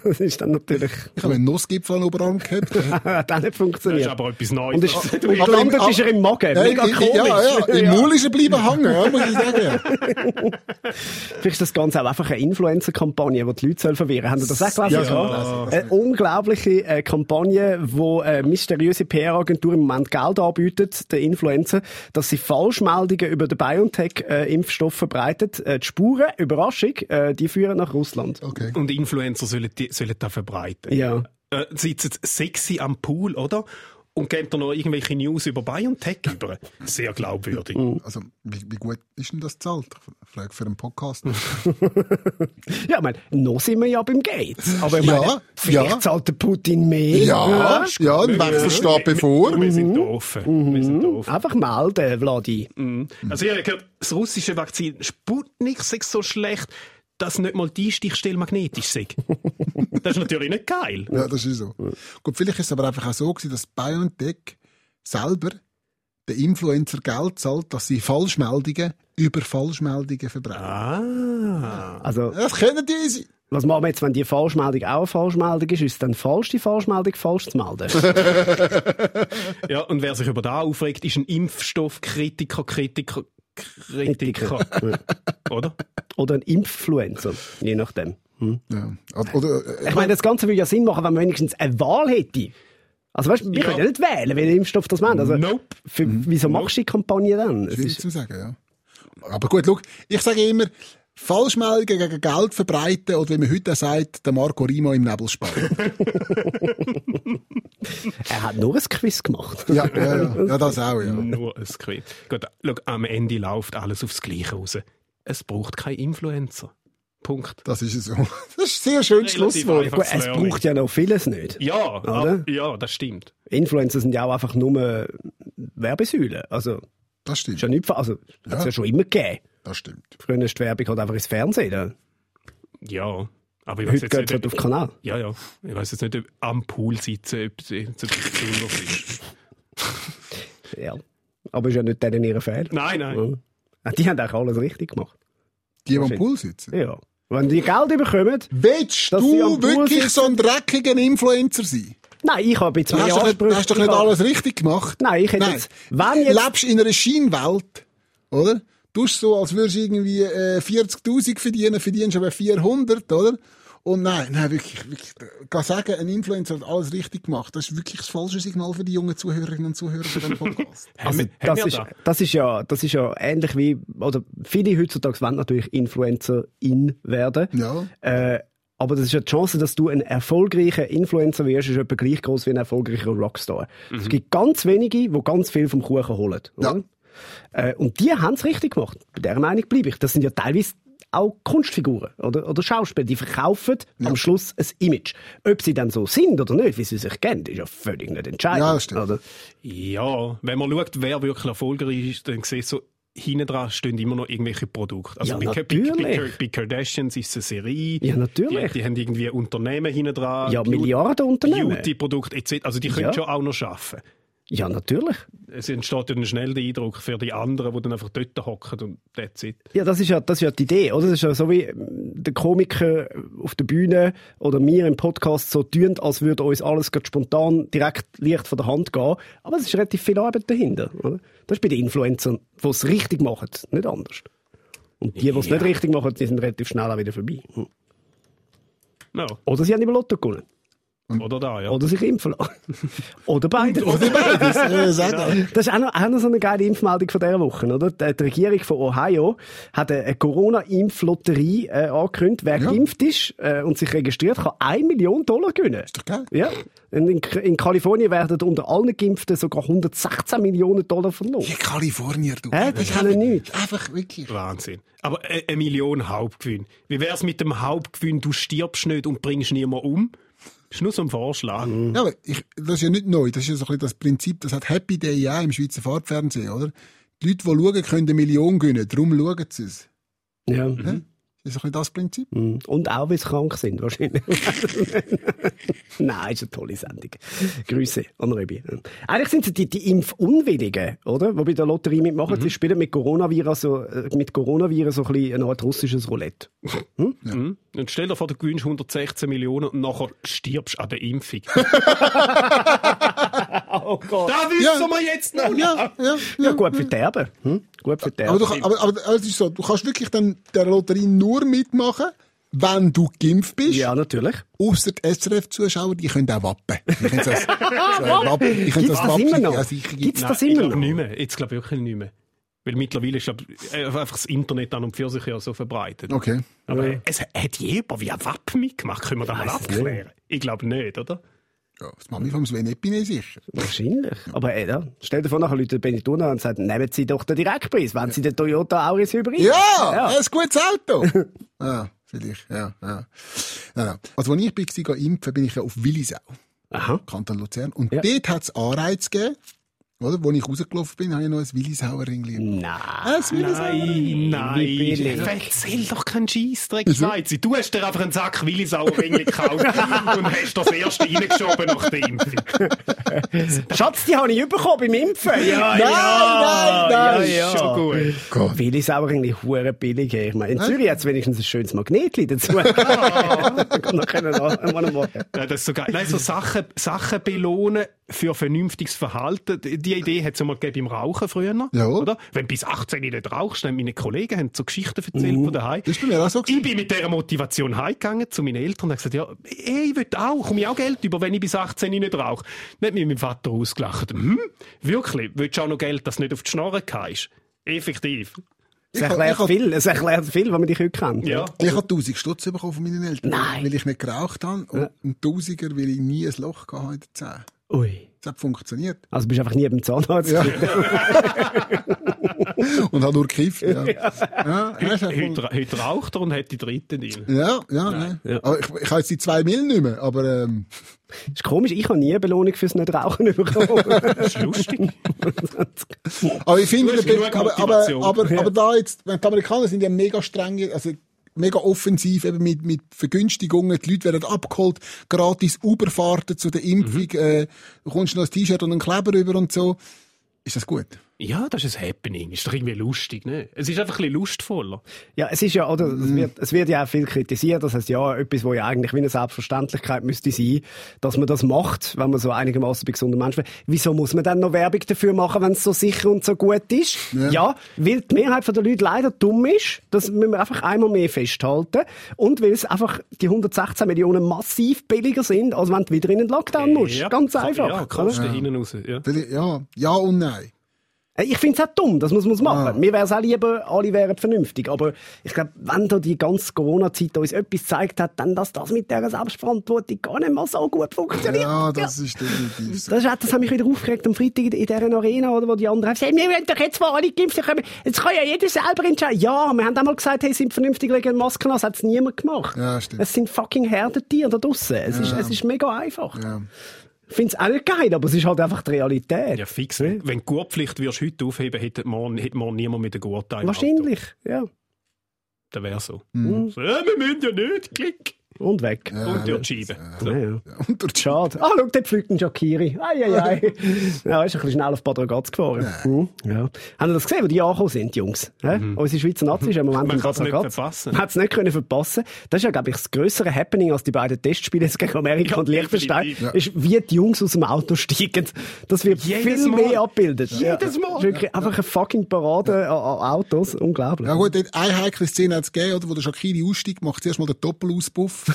Speaker 4: das ist dann natürlich,
Speaker 5: Ich habe einen Nussgipfel an den Oberarm gehabt.
Speaker 4: hat auch nicht
Speaker 6: das ist
Speaker 4: funktioniert.
Speaker 6: aber etwas
Speaker 4: Und, ist,
Speaker 6: Neues.
Speaker 4: und gelandet ist er im Magen.
Speaker 5: Ja,
Speaker 4: Äh, Mega
Speaker 5: im-
Speaker 4: komisch.
Speaker 5: Ja,
Speaker 4: [LAUGHS]
Speaker 5: ja, im Maul ist er bleiben hängen, ja, muss ich sagen.
Speaker 4: Vielleicht ist das Ganze auch einfach eine Influencer-Kampagne, die die Leute soll verwirren soll. Haben Sie das auch gelesen?
Speaker 6: Ja,
Speaker 4: Carl? Eine unglaubliche äh, Kampagne, wo äh, mysteriöse PR-Agentur im Moment Geld anbietet, den Influencer, dass sie Falschmeldungen über den BioNTech-Impfstoff verbreitet. Äh, die Spuren, Überraschung, äh, die führen nach Russland.
Speaker 5: Okay.
Speaker 6: [LAUGHS] Und Influencer sollen, die, sollen das verbreiten.
Speaker 4: Ja.
Speaker 6: Äh, sitzen sexy am Pool, oder? Und geben da noch irgendwelche News über BioNTech über. Sehr glaubwürdig.
Speaker 5: Also, wie, wie gut ist denn das zahlt? Frage für einen Podcast.
Speaker 4: Ja, ich meine, noch sind wir ja beim Gates. Aber ich
Speaker 5: Ja,
Speaker 4: meine, vielleicht
Speaker 5: ja.
Speaker 4: zahlt der Putin mehr.
Speaker 5: Ja, ja, ein Wechsel steht bevor.
Speaker 6: Wir sind da offen. Wir sind da offen.
Speaker 4: Einfach melden, Vladi.
Speaker 6: Also ich habe gehört, das russische Vakzin Sputnik sei so schlecht, dass nicht mal die Stichstelle magnetisch sei. das ist natürlich nicht geil.
Speaker 5: Ja, das ist so. Gut, vielleicht ist es aber einfach auch so gewesen, dass BioNTech selber den Influencer Geld zahlt, dass sie Falschmeldungen über Falschmeldungen verbreiten.
Speaker 6: Ah.
Speaker 4: Also,
Speaker 5: Das können die sie.
Speaker 4: was machen wir jetzt, wenn die Falschmeldung auch eine Falschmeldung ist? Ist es dann falsch, die Falschmeldung falsch zu
Speaker 6: [LAUGHS]
Speaker 4: melden?
Speaker 6: Ja, und wer sich über da aufregt, ist ein Impfstoffkritiker, Kritiker, Kritiker. [LAUGHS] Oder?
Speaker 4: Oder ein Influencer, je nachdem.
Speaker 5: Ja. Oder, oder, äh,
Speaker 4: Ich meine, das Ganze würde ja Sinn machen, wenn man wenigstens eine Wahl hätte. Also weißt, du, wir
Speaker 6: Ja.
Speaker 4: können ja nicht wählen, welchen Impfstoff das meint. Also,
Speaker 6: Nope. Mhm.
Speaker 4: für, wieso machst du die Kampagne dann? Es
Speaker 5: schwierig
Speaker 4: ist,
Speaker 5: zu sagen, ja. Aber gut, schau, ich sage immer, Falschmeldungen gegen Geld verbreiten oder wie man heute auch sagt, der Marco Rima im Nebel sparen.
Speaker 4: er hat nur ein Quiz gemacht.
Speaker 5: [LAUGHS]
Speaker 4: [LAUGHS]
Speaker 5: ja, ja, ja, ja, das auch, ja.
Speaker 6: Nur ein Quiz. Gut, schau, am Ende läuft alles aufs Gleiche raus. Es braucht keinen Influencer. Punkt.
Speaker 5: Das ist es so. Das ist ein sehr schönes
Speaker 6: Relativ
Speaker 5: Schlusswort.
Speaker 6: einfach.
Speaker 4: Gut, es
Speaker 6: Lehrling.
Speaker 4: braucht ja noch vieles nicht.
Speaker 6: Ja,
Speaker 4: Oder?
Speaker 6: ab- ja, das stimmt.
Speaker 4: Influencer sind ja auch einfach nur Werbesäulen. Also,
Speaker 5: Das
Speaker 4: ist ja
Speaker 5: stimmt.
Speaker 4: nicht, ver- also, hat es ja schon immer gegeben.
Speaker 5: Das stimmt.
Speaker 4: Früher ist die Werbung halt einfach ins Fernsehen. Dann.
Speaker 6: Ja. Aber ich weiss
Speaker 4: Heute
Speaker 6: jetzt
Speaker 4: geht es
Speaker 6: nicht,
Speaker 4: halt auf den Kanal.
Speaker 6: Ja, ja. Ich weiß jetzt nicht, ob am Pool sitzen, ob es jetzt etwas besonders ist.
Speaker 4: Ja. Aber ist ja nicht denen ihre Fehler.
Speaker 6: Nein, nein.
Speaker 4: Ja. Die haben auch alles richtig gemacht.
Speaker 5: Die, die am Pool sitzen.
Speaker 4: Ja. Wenn die Geld bekommen,
Speaker 5: Willst
Speaker 4: Dass sie am
Speaker 5: du
Speaker 4: Pool
Speaker 5: wirklich
Speaker 4: sitzen?
Speaker 5: so ein dreckiger Influencer sein?
Speaker 4: nein, ich habe jetzt
Speaker 5: Du hast,
Speaker 4: mehr
Speaker 5: doch nicht,
Speaker 4: Ansprüche.
Speaker 5: hast doch nicht
Speaker 4: Ich habe-
Speaker 5: alles richtig gemacht.
Speaker 4: Nein, ich hätte
Speaker 5: Nein.
Speaker 4: jetzt, wenn jetzt,
Speaker 5: lebst in einer Scheinwelt, oder? Du tust so, als würdest du irgendwie äh, 40'000 verdienen, verdienst aber 400, oder? Und nein, nein, wirklich, wirklich, ich kann sagen, ein Influencer hat alles richtig gemacht. Das ist wirklich das falsche Signal für die jungen Zuhörerinnen und Zuhörer von diesem
Speaker 4: [LAUGHS]
Speaker 5: Podcast.
Speaker 4: also,
Speaker 6: Haben wir- haben
Speaker 4: das
Speaker 6: wir
Speaker 4: ist,
Speaker 6: da?
Speaker 4: das ist ja, das ist ja ähnlich wie, oder viele heutzutage wollen natürlich Influencerin werden.
Speaker 5: Ja.
Speaker 4: Äh, aber das ist ja die Chance, dass du ein erfolgreicher Influencer wirst, ist etwa gleich groß wie ein erfolgreicher Rockstar. Es
Speaker 5: Mhm.
Speaker 4: gibt ganz wenige, die ganz viel vom Kuchen holen. Oder? Äh, und die haben es richtig gemacht. Bei dieser Meinung bleibe ich. Das sind ja teilweise auch Kunstfiguren oder, oder Schauspieler, die verkaufen am Schluss ein Image. Ob sie dann so sind oder nicht, wie sie sich kennen, ist ja völlig nicht entscheidend.
Speaker 5: Ja, das stimmt.
Speaker 4: Oder?
Speaker 6: Ja, wenn man schaut, wer wirklich erfolgreich ist, dann sieht so, hinten dran stehen immer noch irgendwelche Produkte. Also
Speaker 4: Ja,
Speaker 6: bei, Ka- Bei, bei,
Speaker 4: natürlich.
Speaker 6: Ka- bei Kardashians ist es eine Serie.
Speaker 4: Ja, natürlich.
Speaker 6: Die, die haben irgendwie Unternehmen hinten dran.
Speaker 4: Ja,
Speaker 6: Beauty-
Speaker 4: Milliardenunternehmen.
Speaker 6: Beauty-Produkte etc. Also die können
Speaker 4: Ja.
Speaker 6: schon auch noch arbeiten.
Speaker 4: Ja, natürlich.
Speaker 6: Es entsteht dann schnell der Eindruck für die anderen, die dann einfach dort hocken und that's it.
Speaker 4: Ja, das ist ja, das ist ja die Idee, oder? Das ist ja so wie ähm, der Komiker auf der Bühne oder mir im Podcast so tun, als würde uns alles grad spontan direkt leicht von der Hand gehen. Aber es ist relativ viel Arbeit dahinter, oder? Das ist bei den Influencern, die es richtig machen, nicht anders. Und die, die es nicht richtig machen, die sind relativ schnell auch wieder vorbei. Hm.
Speaker 6: Ja.
Speaker 4: Oder sie haben im Lotto gewonnen.
Speaker 6: Oder da, ja.
Speaker 4: Oder sich impfen lassen. oder beides.
Speaker 5: Beides. Äh, sagt [LAUGHS] er.
Speaker 4: Das ist auch noch, auch noch so eine geile Impfmeldung von dieser Woche, oder? Die, die Regierung von Ohio hat eine, eine Corona-Impflotterie äh, angekündigt. Wer
Speaker 5: Ja.
Speaker 4: geimpft ist äh, und sich registriert, kann 1 Million Dollar gewinnen.
Speaker 5: Ist doch geil.
Speaker 4: Ja. Und in, in Kalifornien werden unter allen Geimpften sogar 116 Millionen Dollar verloren.
Speaker 5: Die Kalifornier, du.
Speaker 4: Hä, das kann er nicht.
Speaker 5: Einfach wirklich.
Speaker 6: Wahnsinn. Aber äh, eine Million Hauptgewinn. Wie wär's mit dem Hauptgewinn, du stirbst nicht und bringst niemanden um? Ist nur so ein Vorschlag.
Speaker 5: Ja, aber ich, das ist ja nicht neu. Das ist ja so ein bisschen das Prinzip, das hat Happy Day ja auch im Schweizer Fahrtfernsehen, oder? Die Leute, die schauen, können eine Million gewinnen. Darum schauen sie es.
Speaker 4: Ja.
Speaker 5: Das ist so ein bisschen das Prinzip.
Speaker 4: Mhm. Und auch, weil sie krank sind, wahrscheinlich. [LAUGHS] Nein, ist eine tolle Sendung. Grüße an Röbi. Eigentlich sind es die, die Impfunwilligen, oder? Die bei der Lotterie mitmachen.
Speaker 5: Mhm.
Speaker 4: Sie spielen mit Coronavirus, so, äh, mit Coronavirus so ein bisschen eine Art russisches Roulette.
Speaker 6: Mhm. Und stell dir vor, du gewinnst 116 Millionen und nachher stirbst an der [LAUGHS] Impfung.
Speaker 4: Oh Gott.
Speaker 6: da wissen
Speaker 5: Ja.
Speaker 6: wir jetzt noch!
Speaker 5: Ja, ja,
Speaker 4: Ja, gut für die Erben. Hm? Gut für die Erben.
Speaker 5: Aber, du, kann- aber, aber aber es ist so, du kannst wirklich dann der Lotterie nur mitmachen, wenn du geimpft bist.
Speaker 4: Ja, natürlich.
Speaker 5: Ausser die SRF-Zuschauer, die können auch wappen. Die können
Speaker 4: [LAUGHS]
Speaker 5: das, das wappen. Die können
Speaker 4: Gibt's das immer noch?
Speaker 5: Ja, sicher
Speaker 4: Gibt's
Speaker 5: gibt's.
Speaker 4: das
Speaker 6: ich
Speaker 4: immer
Speaker 6: glaube
Speaker 4: noch?
Speaker 6: nicht mehr. Jetzt glaube ich wirklich nicht mehr. Weil mittlerweile ist glaub, ich, äh, einfach das Internet an und für sich ja so verbreitet.
Speaker 5: Okay.
Speaker 6: Aber es hat jemand wie ein Wappen mitgemacht. Können wir das mal
Speaker 4: Weiss es nicht.
Speaker 6: abklären? Ich glaube nicht, oder?
Speaker 5: Ja, das mache ich vom Sven Epine sicher.
Speaker 4: Wahrscheinlich. Aber äh, ja. stell dir vor, nachher Leute Benetton und sagen, nehmen Sie doch den Direktpreis, wenn Sie den Toyota Auris Hybrid.
Speaker 5: Ja, ein gutes Auto. [LAUGHS] ah, vielleicht, ja, ja. Nein, nein. Also, als ich war, gehe impfen, bin ich ja auf Willisau,
Speaker 4: Aha.
Speaker 5: Kanton Luzern. Und
Speaker 4: Ja.
Speaker 5: dort hat es Anreiz gegeben, oder? Als ich rausgelaufen bin, habe ich noch ein Willisauer Ring
Speaker 4: Nein.
Speaker 5: Ein Willisauer
Speaker 6: Nein,
Speaker 4: Wie billig.
Speaker 6: nein. Erzähl doch keinen Scheissdreck, Schweizer. Du hast dir einfach einen Sack Willisauerring
Speaker 5: [LAUGHS]
Speaker 6: gekauft und hast das erste reingeschoben nach der Impfung.
Speaker 5: [LAUGHS]
Speaker 4: Schatz, die habe ich bekommen beim Impfen. Ja,
Speaker 5: Nein, nein, nein.
Speaker 6: Ist schon gut.
Speaker 5: Oh Gott.
Speaker 4: Weil ist auch eigentlich hure billig. Ich meine, in Zürich hat es wenigstens ein schönes Magnetli
Speaker 6: [LAUGHS]
Speaker 4: dazu. [LAUGHS] Dann können wir noch einmal machen.
Speaker 6: Nein, das ist so geil. Nein, so Sachen, Sachen belohnen für vernünftiges Verhalten. Die die Idee hat es mal gegeben beim Rauchen früher.
Speaker 5: Ja.
Speaker 6: Oder? Wenn du bis 18 nicht rauchst, dann meine Kollegen haben so Geschichten erzählt von daheim.
Speaker 5: Uh, Das ist bei mir auch so gewesen.
Speaker 6: Ich bin mit dieser Motivation heimgegangen zu meinen Eltern und habe gesagt, ja, ey, ich will auch, komme ich auch Geld über, wenn ich bis 18 nicht rauche. Dann hat mich mein Vater ausgelacht. Hm? Wirklich? Willst du auch noch Geld, das nicht auf die Schnorren gehst? Effektiv.
Speaker 4: Es
Speaker 5: hab-
Speaker 4: erklärt
Speaker 5: ich hab-
Speaker 4: viel, es erklärt viel, was man dich heute kennt.
Speaker 6: Ja.
Speaker 5: Ich habe 1000 Stutz bekommen von meinen Eltern,
Speaker 4: Nein.
Speaker 5: weil ich nicht geraucht habe. Und ein Tausiger, weil ich nie ein Loch gehabt habe in der Zähne.
Speaker 4: Ui.
Speaker 5: Das hat funktioniert.
Speaker 4: Also bist du einfach nie beim Zahnarzt.
Speaker 5: Ja.
Speaker 4: gewesen.
Speaker 5: [LAUGHS] Und habe nur gekifft. Ja, [LAUGHS] ja, ja, das hat fun-
Speaker 6: Heute, heute raucht er und hat die dritte drin.
Speaker 5: ja, ja, nein.
Speaker 4: Ja.
Speaker 5: Aber ich, ich habe jetzt die zwei Millen nicht mehr, aber ähm,
Speaker 4: Ist komisch, ich habe nie eine Belohnung fürs Nichtrauchen [LAUGHS] bekommen.
Speaker 6: Das ist lustig.
Speaker 5: Aber ich finde,
Speaker 6: Du hast genug
Speaker 5: aber, aber,
Speaker 6: Motivation.
Speaker 5: aber, aber da jetzt, die Amerikaner sind ja mega streng, also mega offensiv eben mit, mit Vergünstigungen, die Leute werden abgeholt, gratis Uberfahrten zu der Impfung,
Speaker 6: Mhm.
Speaker 5: äh, du kommst noch ein T-Shirt und einen Kleber rüber und so. Ist das gut?
Speaker 6: Ja, das ist ein Happening. Ist doch irgendwie lustig, ne? Es ist einfach ein bisschen lustvoller.
Speaker 4: ja, es ist ja, oder, es wird, es wird ja auch viel kritisiert. Das heißt, ja, etwas, wo ja eigentlich wie eine Selbstverständlichkeit müsste sein, dass man das macht, wenn man so einigermaßen bei gesunden Menschen wäre. Wieso muss man dann noch Werbung dafür machen, wenn es so sicher und so gut ist? Ja. weil die Mehrheit der Leute leider dumm ist. Das müssen wir einfach einmal mehr festhalten. Und weil es einfach die 116 Millionen massiv billiger sind, als wenn du wieder in den Lockdown musst.
Speaker 6: Ja,
Speaker 4: Ganz
Speaker 6: ka-
Speaker 4: einfach.
Speaker 6: Ja,
Speaker 4: oder?
Speaker 6: kannst du hinten raus. Ja.
Speaker 5: Vielleicht- Ja, ja und nein.
Speaker 4: Äh, Ich finde es auch dumm, das muss man
Speaker 5: Ah.
Speaker 4: machen. Mir wäre es auch lieber, alle wären vernünftig. Aber ich glaube, wenn da die ganze Corona-Zeit uns etwas gezeigt hat, dann, dass das mit dieser Selbstverantwortung gar nicht mal so gut funktioniert.
Speaker 5: Ja, das ist definitiv
Speaker 4: [LAUGHS]
Speaker 5: so.
Speaker 4: Das, ist, auch- das hat mich wieder aufgeregt am Freitag in, in dieser Arena, oder, wo die anderen haben gesagt, wir wollen doch jetzt, wo alle geimpft kommen, jetzt kann ja jeder selber entscheiden. Ja, wir haben auch mal gesagt, hey, sind vernünftig legen Masken an, das hat es niemand gemacht.
Speaker 5: Ja, stimmt.
Speaker 4: Es sind fucking Herdentiere da draussen. Es, ist, es ist mega einfach.
Speaker 5: Ja.
Speaker 4: Ich finde es auch nicht geil, aber es ist halt einfach die Realität.
Speaker 6: Ja, fix. Wenn du die Gurtpflicht würdest heute aufheben, hätte morgen, hätte morgen niemand mit der Gurte im Auto.
Speaker 4: Wahrscheinlich, Mhm. ja.
Speaker 6: Das wäre so. so. Ja, wir müssen ja nicht. Klick.
Speaker 4: Und weg.
Speaker 6: Und durchschieben.
Speaker 4: Ja, ja.
Speaker 5: Und durch
Speaker 4: Schade. Ah, schau, dort fliegt ein Jacquiri.
Speaker 6: [LAUGHS]
Speaker 4: Eieiei. ja, ist ein bisschen schnell auf Bad Ragaz gefahren. Mhm. Ja. Haben Sie das gesehen, wo die angekommen sind, die Jungs? Hä? Unsere Schweizer Nazi ist im Moment
Speaker 6: Mhm. Man
Speaker 4: in
Speaker 6: kann's
Speaker 4: Bad
Speaker 6: nicht
Speaker 4: Ragaz.
Speaker 6: verpassen.
Speaker 4: Hat's nicht können verpassen. Das ist ja, glaube ich, das grössere Happening als die beiden Testspiele jetzt gegen Amerika
Speaker 6: Ja,
Speaker 4: und Liechtenstein.
Speaker 6: definitiv. Ja.
Speaker 4: Ist, wie die Jungs aus dem Auto steigen. Das wird
Speaker 6: Jedes
Speaker 4: viel
Speaker 6: Mal.
Speaker 4: mehr abgebildet.
Speaker 6: Jedes
Speaker 4: Ja.
Speaker 6: Mal.
Speaker 4: Ist wirklich einfach eine fucking Parade an, an Autos. Unglaublich.
Speaker 5: Ja gut, dort eine heikle Szene hat es gegeben, oder, wo der Shakiri aussteigt, macht zuerst mal den Doppelauspuff.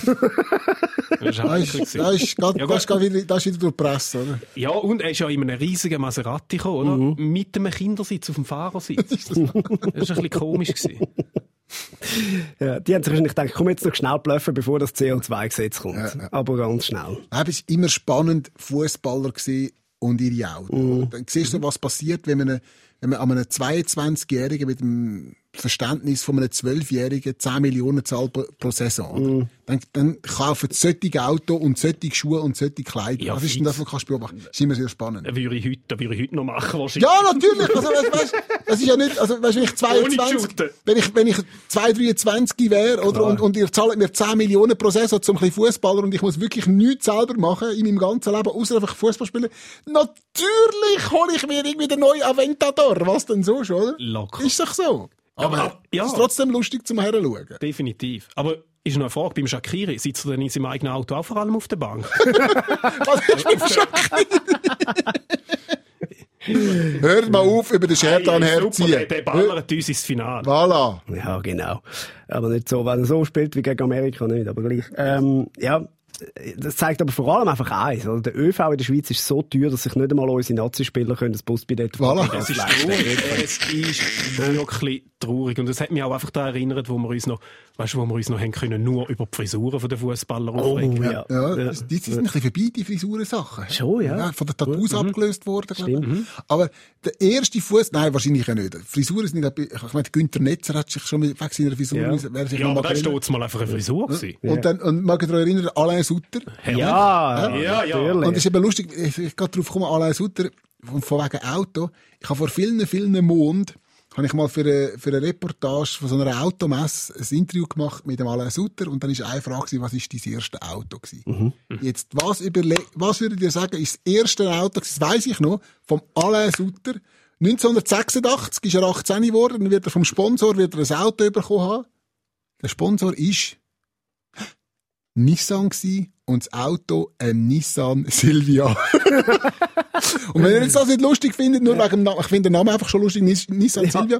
Speaker 6: Das war
Speaker 5: da
Speaker 6: heikel
Speaker 5: ist,
Speaker 6: gewesen.
Speaker 5: da ist, grad,
Speaker 6: Ja,
Speaker 5: das ist
Speaker 6: gut.
Speaker 5: grad wieder, da ist wieder durch die Presse, oder?
Speaker 6: Ja, und er ist ja in einem riesigen Maserati gekommen, oder? Mit einem Kindersitz auf dem Fahrersitz. das war ein bisschen komisch. Gewesen.
Speaker 4: [LAUGHS] Ja, die haben sich wahrscheinlich gedacht, komm jetzt noch schnell bluffen, bevor das CO2-Gesetz kommt. Aber ganz schnell.
Speaker 5: Eben, Es war immer spannend, Fußballer gewesen und ihre Autos.
Speaker 6: Mhm.
Speaker 5: Dann siehst du, was passiert, wenn man, eine- wenn man an einem 22-Jährigen mit dem Verständnis von einem 12-Jährigen 10 Millionen zahlt pro, pro Saison. oder?
Speaker 6: Mhm.
Speaker 5: Dann, dann kaufen sie solche Auto und solche Schuhe und solche Kleider.
Speaker 6: Ja,
Speaker 5: was ist denn
Speaker 6: fix.
Speaker 5: das, was kannst du beobachten? Das ist immer sehr spannend.
Speaker 6: Das würde ich heute, das würde ich heute noch machen, wahrscheinlich.
Speaker 5: Ja, natürlich. Also, weißt, weißt, das ist ja nicht, also, weißt, wenn ich
Speaker 6: Ohne
Speaker 5: 22,
Speaker 6: Shooten.
Speaker 5: wenn ich, wenn ich 2, 23 wäre, oder, und, und ihr zahlt mir 10 Millionen pro Saison zum kleinen Fußballer und ich muss wirklich nichts selber machen in meinem ganzen Leben, außer einfach Fußball spielen. Natürlich hole ich mir irgendwie den neuen Aventador. Was denn sonst, oder?
Speaker 6: Locker.
Speaker 5: Ist doch so. Aber,
Speaker 6: Ja.
Speaker 5: es ist trotzdem lustig zum Heranschauen.
Speaker 6: Definitiv. Aber ist noch eine Frage, beim Shakiri sitzt er denn in seinem eigenen Auto auch vor allem auf der Bank?
Speaker 5: Was ist
Speaker 6: [LAUGHS]
Speaker 5: mit Schokolade? [LAUGHS] Hört mal auf, über den Scherdan
Speaker 6: Hey, super, der,
Speaker 5: herziehen.
Speaker 6: der ballert uns ins Finale.
Speaker 5: Voilà.
Speaker 4: Ja, genau. Aber nicht so, wenn er so spielt wie gegen Amerika nicht, aber gleich. Ähm, ja, das zeigt aber vor allem einfach eins. Oder? Der ÖV in der Schweiz ist so teuer, dass sich nicht einmal unsere Nazi-Spieler können das Busbillett
Speaker 5: Voilà.
Speaker 6: Es ist traurig. es ist wirklich traurig. Und es hat mich auch einfach daran erinnert, wo wir uns noch, weißt du, wo wir uns noch haben können, nur über die Frisuren von den Fußballer
Speaker 4: Oh.
Speaker 6: aufregen.
Speaker 4: ja.
Speaker 5: Oh, Ja, dus das- die sind ein bisschen vorbei, die Frisurensachen.
Speaker 4: Schon, ja. Mhm.
Speaker 5: Von den Tattoos abgelöst worden, glaube ich. Aber der erste Fuß, nein, wahrscheinlich ja nicht. Frisuren sind nicht, ich meine, Günther Netzer hat sich schon mit- wegen seiner Frisur,
Speaker 4: Ja.
Speaker 5: ja. wer sich
Speaker 6: Ja,
Speaker 5: noch
Speaker 6: aber
Speaker 5: mag
Speaker 6: da
Speaker 5: erinnern.
Speaker 6: steht es mal einfach eine Frisur. gewesen.
Speaker 5: Und dann, und mag ich daran erinnern, Alain Sutter.
Speaker 4: Ja,
Speaker 6: Ja, ja.
Speaker 4: natürlich.
Speaker 5: Und es ist eben lustig, ich, ich gerade drauf komme, Alain Sutter, von, von wegen Auto. Ich habe vor vielen, vielen Monaten, habe ich mal für eine, für eine Reportage von so einer Automesse ein Interview gemacht mit dem Alain Sutter und dann ist eine Frage gewesen, was ist dein erstes Auto gewesen? Jetzt, was überle was würdet ihr sagen, ist das erste Auto gewesen, das weiss ich noch, vom Alain Sutter. 1986 ist er 18 geworden, dann wird er vom Sponsor wird er ein Auto bekommen haben. Der Sponsor ist Nissan gsi und das Auto ein Nissan Silvia. und wenn ihr jetzt das nicht lustig findet, nur wegen dem Namen, ich finde den Namen einfach schon lustig, Nis Nissan Silvia,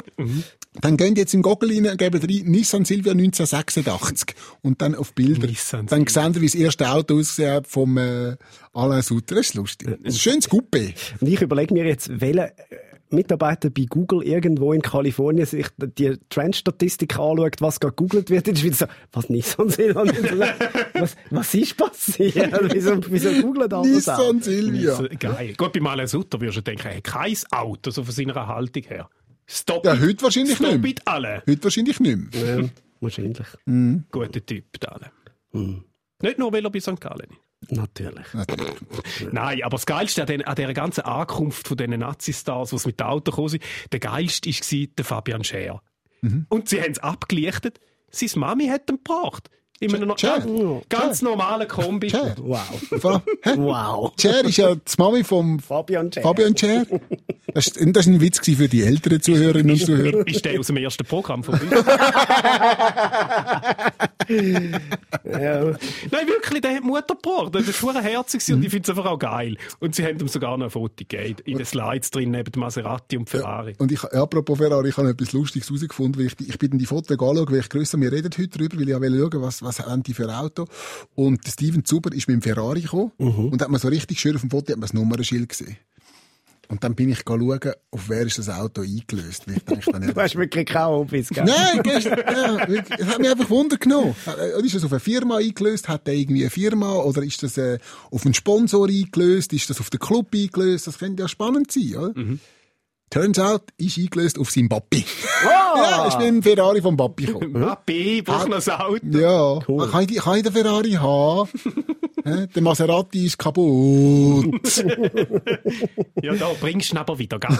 Speaker 5: dann geht jetzt in Google rein und gebt rein Nissan Silvia 1986 und dann auf Bilder.
Speaker 6: Nissan
Speaker 5: dann seht ihr, wie das erste Auto ausgesehen hat vom äh, Alain Sutter. Das ist lustig. Ein schönes Coupé.
Speaker 4: Und ich überlege mir jetzt, welcher äh, Mitarbeiter bei Google irgendwo in Kalifornien sich die Trendstatistik anschaut, was gerade gegoogelt wird, ist wieder so, was Nissan Silvia?
Speaker 5: [LAUGHS]
Speaker 4: was, was ist passiert? Wieso, wieso googelt alles auch?
Speaker 5: Nissan Silvia.
Speaker 6: So, Geil. Gut, bei Alain Sutter würdest du denken, er hat kein Auto, so von seiner Haltung her. Stop
Speaker 5: Ja,
Speaker 6: it.
Speaker 5: heute wahrscheinlich
Speaker 6: Stop
Speaker 5: nicht mehr.
Speaker 6: it, alle.
Speaker 5: Heute wahrscheinlich nicht mehr.
Speaker 4: Ja, wahrscheinlich.
Speaker 6: Guter Typ, der Alain.
Speaker 5: Hm.
Speaker 6: Nicht nur, weil er bei St. Gallen ist.
Speaker 4: Natürlich.
Speaker 6: Nein, aber das Geilste an, den, an dieser ganzen Ankunft von diesen Nazi-Stars, die mit dem Auto gekommen sind, der Geilste war der Fabian Scher.
Speaker 5: Mhm.
Speaker 6: Und sie haben es abgelichtet, seine Mami hat ihn gebracht. In einem no
Speaker 5: Scher.
Speaker 6: ganz, ganz normalen Kombi.
Speaker 5: Cher.
Speaker 4: Wow.
Speaker 5: Vor allem- Hä?
Speaker 4: Wow.
Speaker 5: Cher ist ja die Mami vom
Speaker 4: Fabian Scher.
Speaker 5: Fabian Cher. Das ist, das ist ein Witz gewesen für die älteren Zuhörerinnen und Zuhörer.
Speaker 6: Ist der aus dem ersten Programm von
Speaker 5: [LAUGHS]
Speaker 6: uns?
Speaker 4: Ja.
Speaker 6: Nein, wirklich, der hat die Mutter gebracht. Der ist ein Herzig und ich finde es einfach auch geil. Und sie haben ihm sogar noch ein Foto gegeben. In den Slides drin, neben dem Maserati und Ferrari.
Speaker 5: Und ich, ja, apropos Ferrari, ich habe etwas Lustiges herausgefunden, weil ich, die- ich bin in die Fotos anschauen, weil ich grösser, wir reden heute drüber, weil ich auch will schauen, was, was haben die für Auto. Und der Steven Zuber ist mit dem Ferrari gekommen und hat man so richtig schön auf dem Foto, hat man das Nummernschild gesehen. Und dann bin ich schauen, auf wer ist das Auto eingelöst wird. Dann ich dann
Speaker 4: Du hast wirklich keine Hobbys, gell?
Speaker 5: Nein, gestern, ja, wirklich. es hat mich einfach Wunder genommen. Äh, Ist das auf eine Firma eingelöst? Hat der irgendwie eine Firma? Oder ist das äh, auf einen Sponsor eingelöst? Ist das auf den Club eingelöst? Das könnte ja spannend sein, oder?
Speaker 4: Mhm.
Speaker 5: Turns out, ist eingelöst auf seinen Papi.
Speaker 4: Ah.
Speaker 5: [LAUGHS] ja, ist mit dem Ferrari vom Papi gekommen.
Speaker 6: Papi, Ah, brauch noch ein Auto.
Speaker 5: Ja, kann, ich, die- kann ich den Ferrari
Speaker 4: [LAUGHS]
Speaker 5: haben? Hä? der Maserati ist kaputt.
Speaker 4: [LAUGHS]
Speaker 6: Ja, da bringst du ihn aber wieder, gell?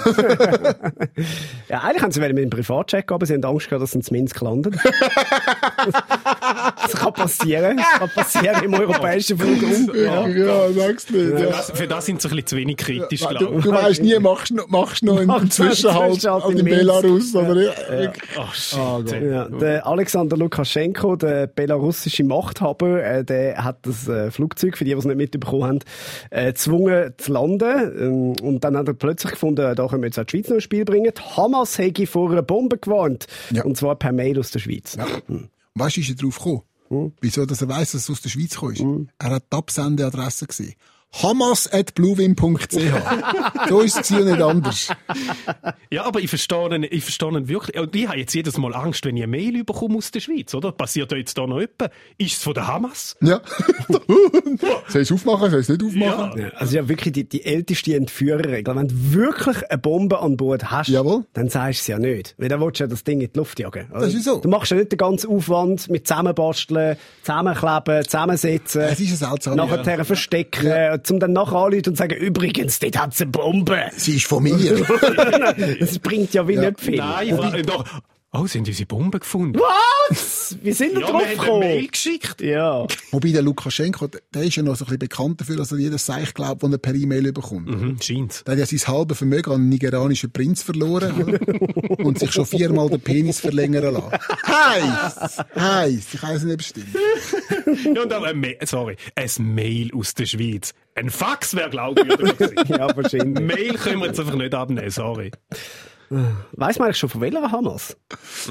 Speaker 4: Ja, eigentlich haben sie wollen mit einem Privatcheck aber sie haben Angst gehabt, dass sie in Minsk
Speaker 5: [LAUGHS]
Speaker 4: landen. das kann passieren. Das kann passieren im europäischen Flugraum.
Speaker 5: ja, ja, sag's nicht.
Speaker 6: Für
Speaker 5: Ja.
Speaker 6: das, für das sind sie ein bisschen zu wenig kritisch,
Speaker 5: Du,
Speaker 6: glaube ich.
Speaker 5: du weißt nie, machst du noch- machst du noch einen
Speaker 4: Machst du noch einen
Speaker 5: Zwischenhalt
Speaker 4: Zwischenhalt
Speaker 5: auf
Speaker 4: in
Speaker 5: den
Speaker 4: Minsk?
Speaker 5: Belarus? Oder? Ja.
Speaker 6: Oh,
Speaker 4: Ah,
Speaker 6: shit.
Speaker 4: Ja, der Alexander Lukaschenko, der belarussische Machthaber, äh, der hat das äh, Flugzeug, für die, die es nicht mitbekommen haben, äh, gezwungen zu landen. Ähm, und dann hat er plötzlich gefunden, äh, da können wir jetzt auch die Schweiz noch ins Spiel bringen. Die Hamas hätte vor einer Bombe gewarnt.
Speaker 5: Ja.
Speaker 4: Und zwar per Mail aus der Schweiz.
Speaker 5: Weißt du, wie ist er drauf gekommen? Wieso, dass er weiss, dass es aus der Schweiz gekommen ist? Er hat die Absendeadresse gesehen. hamas.bluewin.ch So ist es gewesen und nicht anders.
Speaker 6: Ja, aber ich verstehe ihn, ich verstehe ihn wirklich. Und ich habe jetzt jedes Mal Angst, wenn ich eine Mail bekomme aus der Schweiz, oder? Passiert da jetzt da noch etwas? Ist es von der Hamas?
Speaker 5: Ja. [LAUGHS] soll ich es aufmachen, soll ich es nicht aufmachen?
Speaker 6: Ja.
Speaker 4: Also ja, wirklich die, die älteste Entführerregel. Wenn du wirklich eine Bombe an Bord hast,
Speaker 5: Jawohl.
Speaker 4: dann sagst du es ja nicht. Weil dann willst du ja das Ding in die Luft jagen. oder?
Speaker 5: Das ist so.
Speaker 4: Du machst ja nicht den ganzen Aufwand mit zusammenbasteln, zusammenkleben, zusammensetzen.
Speaker 5: Es ist ein seltsames.
Speaker 4: Nachher verstecken, um dann nachher anzuleiten und zu sagen, übrigens, dort hat es eine
Speaker 5: [LAUGHS]
Speaker 4: Bombe.
Speaker 5: Sie ist von mir.
Speaker 4: Das bringt ja wie nicht viel.
Speaker 6: Nein, wa- doch. Oh, sie haben unsere Bombe gefunden.
Speaker 4: Was? Wie sind wir
Speaker 6: Ja, wir
Speaker 4: drauf
Speaker 6: haben eine Mail
Speaker 4: gekommen?
Speaker 6: geschickt.
Speaker 4: Ja.
Speaker 5: Wobei der Lukaschenko, der- der ist ja noch so ein bisschen bekannt dafür, dass er jedes Seich glaubt, das er per E-Mail bekommt.
Speaker 6: Hm, scheint's.
Speaker 5: Der hat ja sein halbes Vermögen an einen nigerianischen Prinz verloren oder? und sich schon viermal den Penis verlängern [LAUGHS] lassen. Heiß! Heiß! Ich weiß nicht bestimmt.
Speaker 6: Ja, und dann ein Mail, sorry, ein Mail aus der Schweiz. Ein Fax wäre glaubwürdiger [LAUGHS] gewesen.
Speaker 4: Ja, wahrscheinlich.
Speaker 6: Mail können wir jetzt einfach nicht abnehmen, sorry.
Speaker 4: Weiss man eigentlich schon von welcher Hamas?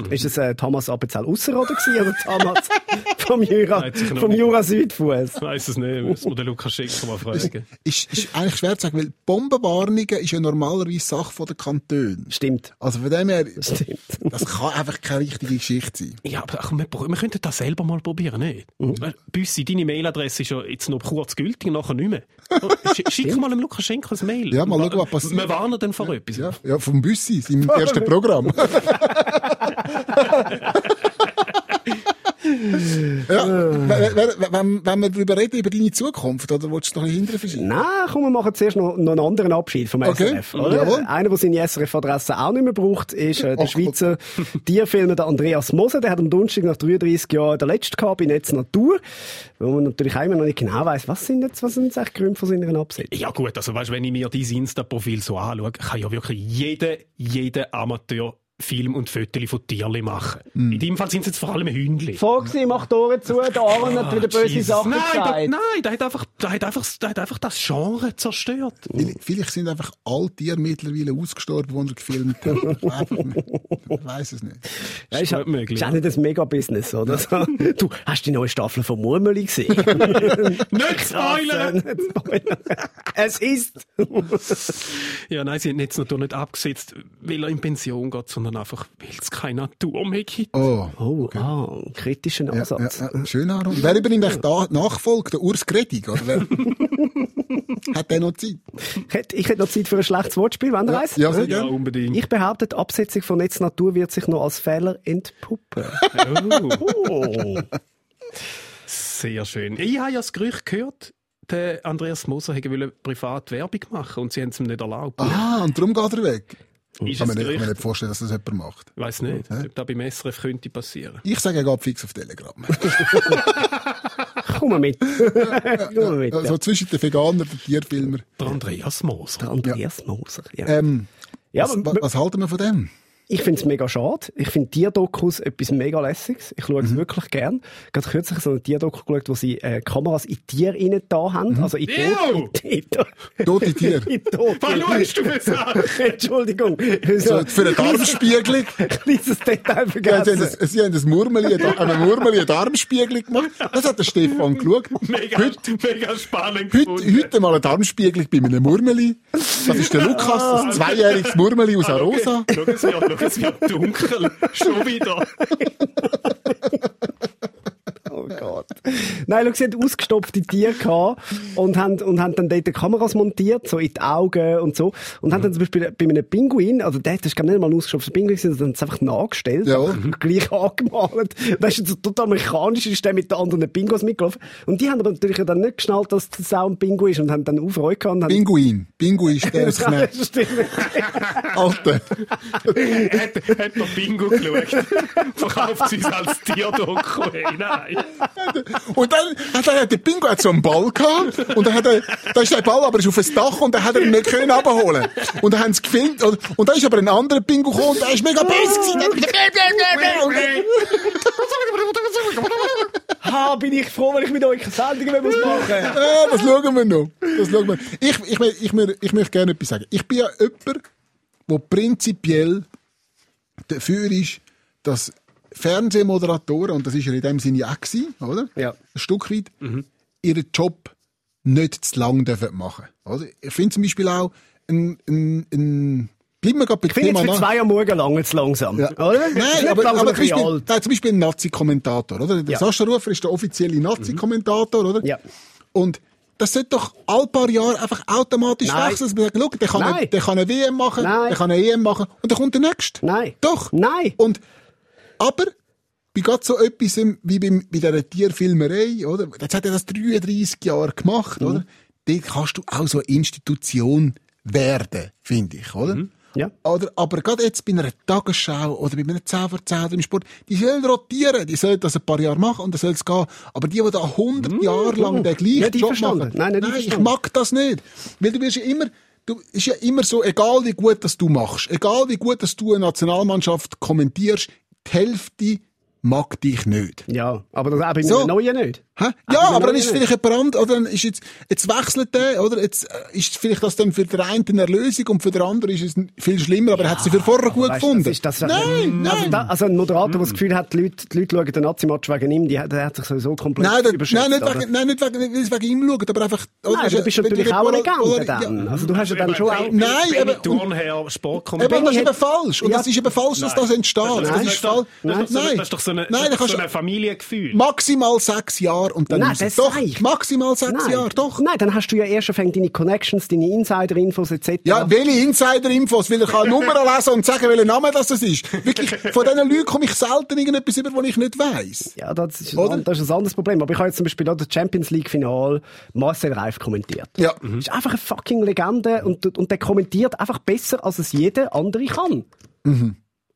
Speaker 6: Mhm.
Speaker 4: Ist es äh, die Hamas Appenzell Ausserrhoden gewesen oder die
Speaker 6: [LAUGHS]
Speaker 4: Hamas vom Jura,
Speaker 6: Nein, sicher
Speaker 4: vom
Speaker 6: nicht.
Speaker 4: Jura Südfuss?
Speaker 6: Ich weiss es nicht, müssen wir den Lukaschenko mal fragen.
Speaker 5: Ist, ist eigentlich schwer zu sagen, weil Bombenwarnungen ist ja normalerweise Sache von den Kantonen.
Speaker 4: Stimmt.
Speaker 5: Also von dem her,
Speaker 4: Stimmt.
Speaker 5: das kann einfach keine richtige Geschichte sein.
Speaker 6: Ja, aber ach, wir, bra- wir könnten das selber mal probieren, nicht? Weil, Büssi, deine Mailadresse ist ja jetzt noch kurz gültig, nachher nicht [LAUGHS] mehr. Oh, Sch schick mal dem Lukaschenko ein Mail.
Speaker 5: Ja, mal schauen, was passiert.
Speaker 6: Wir warnen dann vor etwas.
Speaker 5: Ja, ja vom Büssi, seinem ersten Programm. ja, wenn, wenn, wenn, wenn wir darüber reden, über deine Zukunft, oder willst du noch ein bisschen hinterher verschieben?
Speaker 4: Nein, komm, wir machen zuerst noch, noch einen anderen Abschied vom
Speaker 5: Okay.
Speaker 4: SRF. Oder?
Speaker 5: Jawohl.
Speaker 4: Einer, der seine SRF-Adresse auch nicht mehr braucht, ist äh, der
Speaker 5: Ach,
Speaker 4: Schweizer Tierfilmer der Andreas Moser. Der hat am Donnerstag nach 33 Jahren den letzten gehabt in Netz Natur. Wo man natürlich auch immer noch nicht genau weiss, was sind jetzt, was sind jetzt eigentlich die Gründe von seiner Absicht.
Speaker 6: Ja gut, also weißt, wenn ich mir dein Insta-Profil so anschaue, kann ja wirklich jeder, jeder Amateur Film und Fotos von Tierli machen. In deinem Fall sind es jetzt vor allem Hündli.
Speaker 4: Foxy, mach die Ohren zu, der Aaron hat wieder böse
Speaker 6: Ah, Jesus.
Speaker 4: Sachen
Speaker 6: nein, da,
Speaker 4: gesagt.
Speaker 6: nein, der hat, einfach, der, hat einfach, der hat einfach das
Speaker 5: [LAUGHS]
Speaker 6: Genre zerstört.
Speaker 5: Vielleicht, vielleicht sind einfach all Tiere mittlerweile ausgestorben, die er gefilmt hat. Ich weiß es nicht.
Speaker 4: Ja, ist,
Speaker 6: Ist
Speaker 4: halt-
Speaker 6: gut möglich,
Speaker 4: ist auch nicht das Mega-Business, oder? So. Du, hast die neue Staffel von Murmeli gesehen?
Speaker 6: Nicht
Speaker 5: äh.
Speaker 6: spoilern!
Speaker 4: es ist...
Speaker 6: Ja, nein, sie haben jetzt natürlich nicht abgesetzt, weil er in Pension geht, sondern einfach, weil es keine Natur mehr gibt.
Speaker 5: Oh.
Speaker 4: Oh, ah, ein kritischer
Speaker 5: Ja,
Speaker 4: Ansatz.
Speaker 5: ja, ja. Schön, Aaron. Wer übernimmt eigentlich da Nachfolge? ah, Der Urs Gredig, oder wer? Hat der noch Zeit?
Speaker 4: Ich hätte, ich hätte noch Zeit für ein schlechtes Wortspiel, wenn ihr eins?
Speaker 5: Ja, sehr
Speaker 6: Ja,
Speaker 5: gerne.
Speaker 6: unbedingt.
Speaker 4: Ich behaupte, die Absetzung von Netz Natur wird sich noch als Fehler entpuppen. Oh.
Speaker 6: Sehr schön. Ich habe ja das Gerücht gehört, der Andreas Moser hätte wollen privat Werbung machen und sie haben es ihm nicht erlaubt.
Speaker 5: Ah, und darum geht er weg.
Speaker 6: Ist
Speaker 5: Oh, Kann
Speaker 6: es
Speaker 5: man nicht, kann man
Speaker 6: Gerücht?
Speaker 5: nicht vorstellen, dass das jemand macht.
Speaker 6: Weiß nicht, ob das beim SRF könnte passieren.
Speaker 5: Ich sage, er geht fix auf Telegram.
Speaker 4: Komm mal
Speaker 5: [LAUGHS]
Speaker 4: mit. Komm mal mit.
Speaker 5: So Also, zwischen den Veganer und den Tierfilmer.
Speaker 6: Der Andreas Moser.
Speaker 4: Der Andreas Moser. Ja,
Speaker 5: Ähm,
Speaker 4: ja
Speaker 5: was,
Speaker 4: aber
Speaker 5: was, was halten wir von dem?
Speaker 4: Ich finde es mega schade. Ich finde Tierdokus etwas mega lässiges. Ich schaue es
Speaker 5: Mhm.
Speaker 4: wirklich gern. Gerade kürzlich so einen Tierdoku geschaut, wo sie äh, Kameras in Tier innen da haben. Also in
Speaker 6: Ew!
Speaker 4: Tot- [LAUGHS] in Tot-
Speaker 5: Mhm. Tote Tier.
Speaker 4: [LAUGHS] in Tot-
Speaker 6: Was schaust
Speaker 5: [LAUGHS]
Speaker 6: du mir an?
Speaker 4: [LAUGHS] Entschuldigung.
Speaker 5: So, für eine Darmspiegelung.
Speaker 4: [LAUGHS] Kleines Detail
Speaker 5: Ja, sie, haben
Speaker 4: vergessen.
Speaker 5: das, sie haben das Murmeli, eine Murmeli, eine Darmspiegelung gemacht. Das hat der Stefan geschaut.
Speaker 6: Mega,
Speaker 5: Heute,
Speaker 6: mega spannend
Speaker 5: heute,
Speaker 6: gefunden.
Speaker 5: heute mal eine Darmspiegelung bei einem Murmeli. Das ist der
Speaker 6: Ah,
Speaker 5: Lukas, das zweijähriges Murmeli aus Arosa.
Speaker 6: Schau, es wird, schau, es wird dunkel. Schon wieder.
Speaker 4: Oh Gott. Nein, schau, sie hatten ausgestopfte Tiere gehabt und haben, und haben dann dort Kameras montiert, so in die Augen und so. Und haben dann zum Beispiel bei einem Pinguin, also der, das ist gar nicht mal ein ausgestopfter Pinguin, sondern haben es einfach nachgestellt,
Speaker 5: Ja.
Speaker 4: einfach gleich angemalt. Das ist jetzt so total mechanisch, ist der mit den anderen Pingos mitgelaufen. Und die haben aber natürlich ja dann nicht geschnallt, dass das auch ein Pinguin ist und haben dann Aufregung gehabt. und haben-
Speaker 5: Pinguin. Pinguin
Speaker 4: [LAUGHS]
Speaker 5: ist
Speaker 6: [LAUGHS]
Speaker 5: der aus dem
Speaker 4: Das stimmt.
Speaker 5: Alter.
Speaker 6: hat, hat noch Bingo geschaut. Verkauft sie es als Tierdoku. Hey, nein.
Speaker 5: Und dann hat er, der Pinguin hat so einen Ball gehabt. Und dann hat er, da ist der Ball aber ist auf das Dach und dann hat er ihn nicht können abholen. Und dann haben sie gefilmt. Und, und da ist aber ein anderer Pinguin gekommen und der ist mega böse gewesen.
Speaker 4: Ha, bin ich froh, wenn ich mit euch eine Sendung machen muss.
Speaker 5: Ah, das schauen wir noch. Das schauen wir. Ich, ich, mö- ich, mö- ich möchte gerne etwas sagen. Ich bin ja jemand, der prinzipiell dafür ist, dass Fernsehmoderatoren, und das ist ja in dem Sinne auch gewesen, oder?
Speaker 4: Ja. Mhm.
Speaker 5: Ein Stück weit, ihren Job nicht zu lang dürfen machen. Oder? Ich finde zum Beispiel auch, ein, ein, ein bleiben wir gerade bei
Speaker 4: Ich finde jetzt für zwei am Morgen lang jetzt langsam. Oder?
Speaker 5: Nein,
Speaker 4: Jetzt
Speaker 5: aber,
Speaker 4: langsam
Speaker 5: aber
Speaker 4: ein
Speaker 5: zum,
Speaker 4: bisschen
Speaker 5: Beispiel,
Speaker 4: alt.
Speaker 5: nein, zum Beispiel ein Nazi-Kommentator, oder? Der
Speaker 4: Ja.
Speaker 5: Sascha Rufer ist der offizielle Nazi-Kommentator, oder?
Speaker 4: Ja.
Speaker 5: Und das sollte doch all paar Jahre einfach automatisch
Speaker 4: Nein.
Speaker 5: wechseln. dass man sagt, schau, der kann, eine,
Speaker 4: Nein.
Speaker 5: der kann eine WM machen,
Speaker 4: Nein.
Speaker 5: der kann eine EM machen und dann kommt der Nächste.
Speaker 4: Nein.
Speaker 5: Doch.
Speaker 4: Nein.
Speaker 5: Und, aber, bei gerade so etwas wie beim, bei dieser Tierfilmerei, oder? Jetzt hat er das 33 Jahre gemacht,
Speaker 4: Mhm.
Speaker 5: oder? Dort kannst du auch so eine Institution werden, finde ich, oder?
Speaker 4: Ja.
Speaker 5: Oder, aber gerade jetzt bei einer Tagesschau oder bei einem 10 vor 10 oder im Sport, die sollen rotieren, die sollen das ein paar Jahre machen und dann soll es gehen. Aber die, die da 100
Speaker 4: Mm.
Speaker 5: Jahre lang den gleichen
Speaker 4: Nicht
Speaker 5: Job
Speaker 4: einverstanden.
Speaker 5: machen,
Speaker 4: Nein, nicht
Speaker 5: ich
Speaker 4: einverstanden.
Speaker 5: mag das nicht. Weil du wirst ja immer, du, ist ja immer so, egal wie gut das du machst, egal wie gut dass du eine Nationalmannschaft kommentierst, die Hälfte mag dich nicht.
Speaker 4: Ja, aber das auch bei
Speaker 5: So.
Speaker 4: so. Neuen nicht.
Speaker 5: Hä?
Speaker 4: Auch bei
Speaker 5: Ja, aber dann
Speaker 4: Neuen
Speaker 5: ist
Speaker 4: nicht.
Speaker 5: vielleicht jemand anderes, oder dann ist jetzt, jetzt wechselt der, oder jetzt äh, ist vielleicht das dann für den einen eine Erlösung und für den anderen ist es n- viel schlimmer, aber er hat sie für vorher gut
Speaker 4: Weißt,
Speaker 5: gefunden.
Speaker 4: Das ist, das ist,
Speaker 5: nein,
Speaker 4: also,
Speaker 5: nein.
Speaker 4: Da, also ein Moderator, der das Gefühl hat, die Leute, die Leute schauen den Nazi-Match wegen ihm, die, der hat sich sowieso komplett
Speaker 5: Nein, da,
Speaker 4: überschätzt.
Speaker 5: nein, nicht
Speaker 4: oder?
Speaker 5: wegen, nein, nicht wegen, nicht weil es wegen ihm schaut, aber einfach... oder? Also
Speaker 4: Nein, aber du bist
Speaker 5: Wenn
Speaker 4: natürlich auch eine
Speaker 5: Moral-
Speaker 4: Legende
Speaker 5: Moral-
Speaker 4: dann.
Speaker 5: Ja.
Speaker 4: Also du hast ja dann schon auch...
Speaker 5: Nein, aber-
Speaker 6: Benny Turnherr, Sportkommentator.
Speaker 5: Eben, das ist
Speaker 4: hat-
Speaker 5: eben falsch. Und
Speaker 4: Ja.
Speaker 5: das ist eben falsch, dass das entsteht.
Speaker 6: Das
Speaker 5: Das
Speaker 6: ist
Speaker 5: ist
Speaker 6: doch
Speaker 5: falsch.
Speaker 6: so- das ist doch so-
Speaker 5: Nein.
Speaker 6: das ist doch so eine,
Speaker 5: Nein, da
Speaker 6: so
Speaker 5: kannst
Speaker 6: ein
Speaker 5: du
Speaker 6: Familiengefühl.
Speaker 5: maximal sechs Jahre und dann
Speaker 4: Nein,
Speaker 5: raus.
Speaker 4: das
Speaker 5: Doch,
Speaker 4: sag ich.
Speaker 5: maximal sechs
Speaker 4: Nein.
Speaker 5: Jahre, doch.
Speaker 4: Nein, dann hast du ja erst angefangen, deine Connections, deine Insider-Infos etc.
Speaker 5: Ja, welche Insider-Infos, weil ich kann Nummern
Speaker 4: [LAUGHS]
Speaker 5: lesen und sagen, welcher Name das es ist. Wirklich, von diesen Leuten komme ich selten irgendetwas über, was ich nicht weiss.
Speaker 4: ja das, ist ein,
Speaker 5: Oder?
Speaker 4: an- das ist ein anderes Problem. Aber ich habe jetzt zum Beispiel auch das Champions League-Final Marcel Reif kommentiert.
Speaker 5: Ja.
Speaker 4: Das ist einfach eine fucking Legende und, und der kommentiert einfach besser, als es jeder andere kann.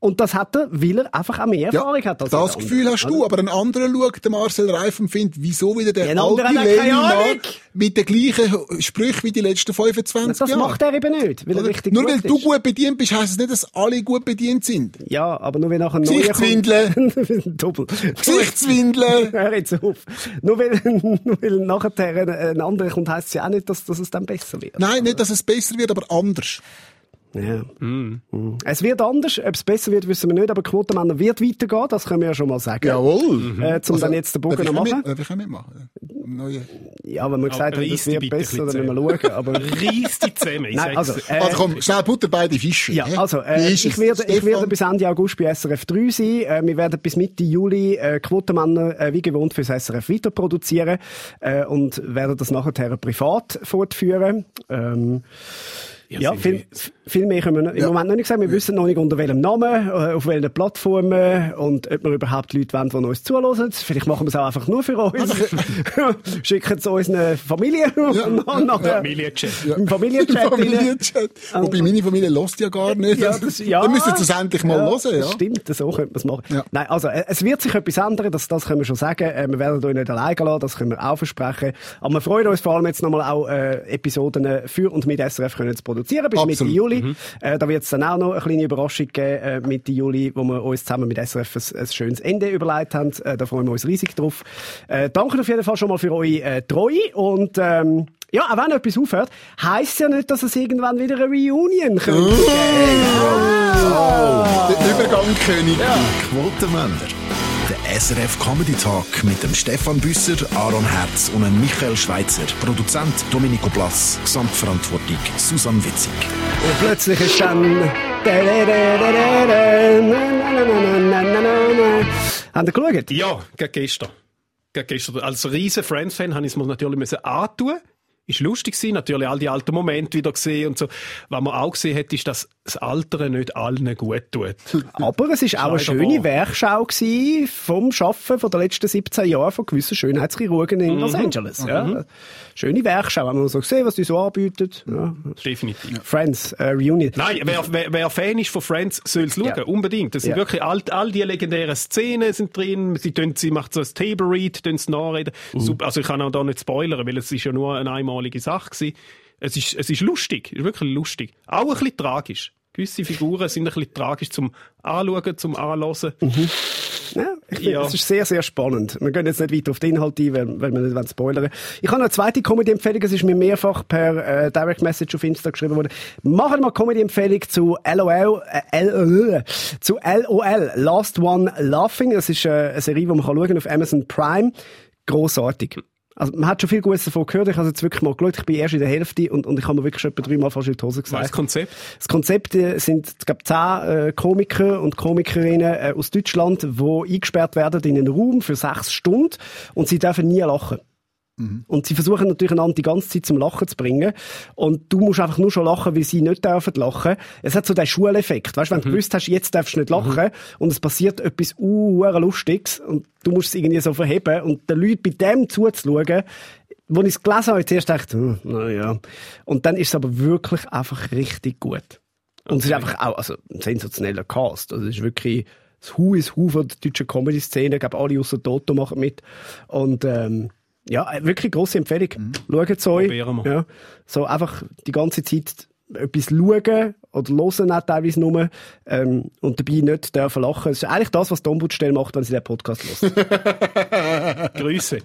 Speaker 4: Und das hat er, weil er einfach auch mehr Erfahrung hat. Als
Speaker 5: Mhm. das
Speaker 4: jeder
Speaker 5: Gefühl
Speaker 4: andere,
Speaker 5: hast
Speaker 4: oder?
Speaker 5: du, aber ein anderer schaut den Marcel Reif und findet, wieso wieder der
Speaker 4: Ja, ein anderer
Speaker 5: alte
Speaker 4: hat keine
Speaker 5: Lenny
Speaker 4: Ahnung.
Speaker 5: macht mit den gleichen Sprüchen wie die letzten 25
Speaker 4: Das
Speaker 5: Jahre.
Speaker 4: macht er eben nicht, weil er
Speaker 5: Oder?
Speaker 4: richtig
Speaker 5: Nur
Speaker 4: gut
Speaker 5: weil du
Speaker 4: ist.
Speaker 5: gut bedient bist, heisst es nicht, dass alle gut bedient sind.
Speaker 4: Ja, aber nur wenn nachher ein neuer
Speaker 5: Gesichtswindeln.
Speaker 4: kommt. [LAUGHS] Doppel. [LAUGHS]
Speaker 5: Gesichtswindeln.
Speaker 4: Hör jetzt auf. Nur weil, [LAUGHS] nur weil nachher ein, ein anderer kommt, heisst es ja auch nicht, dass, dass es dann besser wird.
Speaker 5: Nein, nicht, dass es besser wird, aber anders.
Speaker 4: Ja. Mhm. Es wird anders. Ob es besser wird, wissen wir nicht, aber Quotenmänner wird weitergehen, das können wir ja schon mal sagen.
Speaker 5: Jawohl. Also,
Speaker 4: Äh, zum dann jetzt den Bogen noch machen.
Speaker 5: Mhm. Darf ich auch mitmachen? Neue.
Speaker 4: Ja, wenn wir gesagt haben,
Speaker 6: reiss
Speaker 4: es
Speaker 6: die
Speaker 4: wird
Speaker 6: bitte
Speaker 4: besser,
Speaker 6: ein
Speaker 4: dann
Speaker 6: bisschen
Speaker 4: müssen wir schauen.
Speaker 6: [LAUGHS]
Speaker 4: Aber
Speaker 6: Reiss die zusammen. Ich
Speaker 4: Nein,
Speaker 6: sag's
Speaker 4: also,
Speaker 6: dir.
Speaker 4: äh,
Speaker 5: also komm, schnell Butter bei die Fische.
Speaker 4: Ja,
Speaker 5: hä?
Speaker 4: also, äh,
Speaker 5: Wie ist
Speaker 4: ich,
Speaker 5: es,
Speaker 4: werde, ich werde
Speaker 5: Stefan?
Speaker 4: bis Ende August bei SRF 3 sein. Äh, wir werden bis Mitte Juli äh, Quotenmänner äh, wie gewohnt fürs SRF weiter produzieren äh, und werden das nachher privat fortführen. Ähm, ja,
Speaker 6: sind
Speaker 4: viel, viel mehr können wir noch- im Moment noch nicht sagen. Wir wissen noch nicht unter welchem Namen, äh, auf welchen Plattformen und ob wir überhaupt Leute wollen, die uns zuhören. Vielleicht machen wir es auch einfach nur für
Speaker 6: Also
Speaker 4: uns. [LAUGHS] Schicken es unseren Familien und [LAUGHS] nachher
Speaker 6: Familienchat.
Speaker 4: [LAUGHS] im Familienchat.
Speaker 5: [LAUGHS]
Speaker 4: rein.
Speaker 5: Im
Speaker 4: Also.
Speaker 5: Familienchat. Wobei meine Familie lässt ja gar nicht.
Speaker 4: Ja, das, ja.
Speaker 5: Dann müssen sie es endlich mal
Speaker 4: ja,
Speaker 5: hören. Ja.
Speaker 4: Das stimmt, so könnte man es machen.
Speaker 5: Ja.
Speaker 4: Nein, also, äh, es wird sich etwas ändern, das, das können wir schon sagen. Äh, wir werden euch nicht alleine lassen, das können wir auch versprechen. Aber wir freuen uns vor allem jetzt nochmal auch, äh, Episoden für äh, und mit SRF können zu produzieren bis Mitte
Speaker 5: Absolut. Mhm.
Speaker 4: Juli. Äh, da wird es dann auch noch eine kleine Überraschung geben äh, Mitte Juli, wo wir uns zusammen mit SRF ein, ein schönes Ende überlegt haben. Äh, da freuen wir uns riesig drauf. Äh, danke auf jeden Fall schon mal für eure äh, Treue und ähm, ja, auch wenn etwas aufhört, heisst ja nicht, dass es irgendwann wieder eine Reunion
Speaker 5: Äh.
Speaker 4: kommt.
Speaker 5: Der Übergangkönig.
Speaker 3: Quotenmänner. Der SRF Comedy Talk mit dem Stefan Büsser, Aaron Herz und dem Michael Schweitzer. Produzent Domenico Blass. Gesamtverantwortung Susanne Witzig.
Speaker 4: Und plötzlich ist dann... Habt ihr geschaut?
Speaker 6: Ja, gerade gestern. Gerade gestern. Als riesen Friends-Fan habe ich es mir natürlich müssen antun. Ist lustig gewesen, natürlich all die alten Momente wieder gesehen und so. Was man auch gesehen hat, ist, dass das Altern nicht allen gut tut.
Speaker 4: Aber es war auch eine
Speaker 6: Leider
Speaker 4: schöne
Speaker 6: wahr.
Speaker 4: Werkschau gewesen vom Schaffen von den letzten 17 Jahren von gewissen Schönheitschirurgen in Los Angeles. Ja. Schöne Werkschau, haben wir so gesehen, was die so anbieten. Ja.
Speaker 6: Definitiv.
Speaker 4: Friends, äh, Reunion.
Speaker 6: Nein, wer, wer, wer Fan ist von Friends, soll es schauen,
Speaker 4: Ja.
Speaker 6: unbedingt. Das sind
Speaker 4: Ja.
Speaker 6: wirklich all, all die legendären Szenen sind drin. Sie, tun, sie macht so ein Table Read, tun es nachreden.
Speaker 4: Mhm.
Speaker 6: Super. Also ich kann auch da nicht spoilern, weil es ist ja nur eine einmalige Sache gewesen. Es ist, es ist lustig, es ist wirklich lustig. Auch ein bisschen tragisch. Gewisse Figuren sind ein bisschen tragisch zum Anschauen, zum Anhören.
Speaker 4: Ja, Ne? ich finde,
Speaker 6: Ja.
Speaker 4: es ist sehr, sehr spannend. Wir gehen jetzt nicht weiter auf den Inhalt ein, weil, weil wir nicht wollen spoilern Ich habe noch eine zweite Comedy-Empfehlung. Es ist mir mehrfach per äh, Direct Message auf Insta geschrieben worden. Machen wir Comedy-Empfehlung zu LOL, äh, LOL, zu LOL, Last One Laughing. Das ist äh, eine Serie, die man kann schauen kann auf Amazon Prime. Grossartig. Also, man hat schon viel Gutes davon gehört. Ich habe es jetzt wirklich mal geschaut. Ich bin erst in der Hälfte und, und ich habe mir wirklich schon etwa dreimal fast in die Hose
Speaker 6: Das
Speaker 4: gesagt.
Speaker 6: Konzept.
Speaker 4: Das Konzept äh, sind, ich glaube, zehn äh, Komiker und Komikerinnen äh, aus Deutschland, die eingesperrt werden in einen Raum für sechs Stunden und sie dürfen nie lachen. Und sie versuchen natürlich einander die ganze Zeit zum Lachen zu bringen. Und du musst einfach nur schon lachen, weil sie nicht dürfen lachen. Es hat so den Schuleffekt. Weißt, wenn du gewusst hast, jetzt darfst du nicht lachen und es passiert etwas uh, Lustiges und du musst es irgendwie so verheben und den Leuten bei dem zuzuschauen, wo ich es gelesen habe, zuerst dachte ich, hm, naja. Und dann ist es aber wirklich einfach richtig gut. Und es ist einfach auch also, ein sensationeller Cast. Also, es ist wirklich das Hu ist Hu von der deutschen Comedy-Szene. Ich glaube, alle außer Toto machen mit. Und ähm, ja, eine wirklich grosse Empfehlung. Schaut es euch.
Speaker 6: Mhm. Probieren wir.
Speaker 4: Ja, so einfach die ganze Zeit etwas schauen oder hören auch teilweise nur ähm, und dabei nicht dürfen lachen. Das ist [LAUGHS] eigentlich das, was die Ombudsstelle macht, wenn sie den Podcast hört.
Speaker 6: Grüße.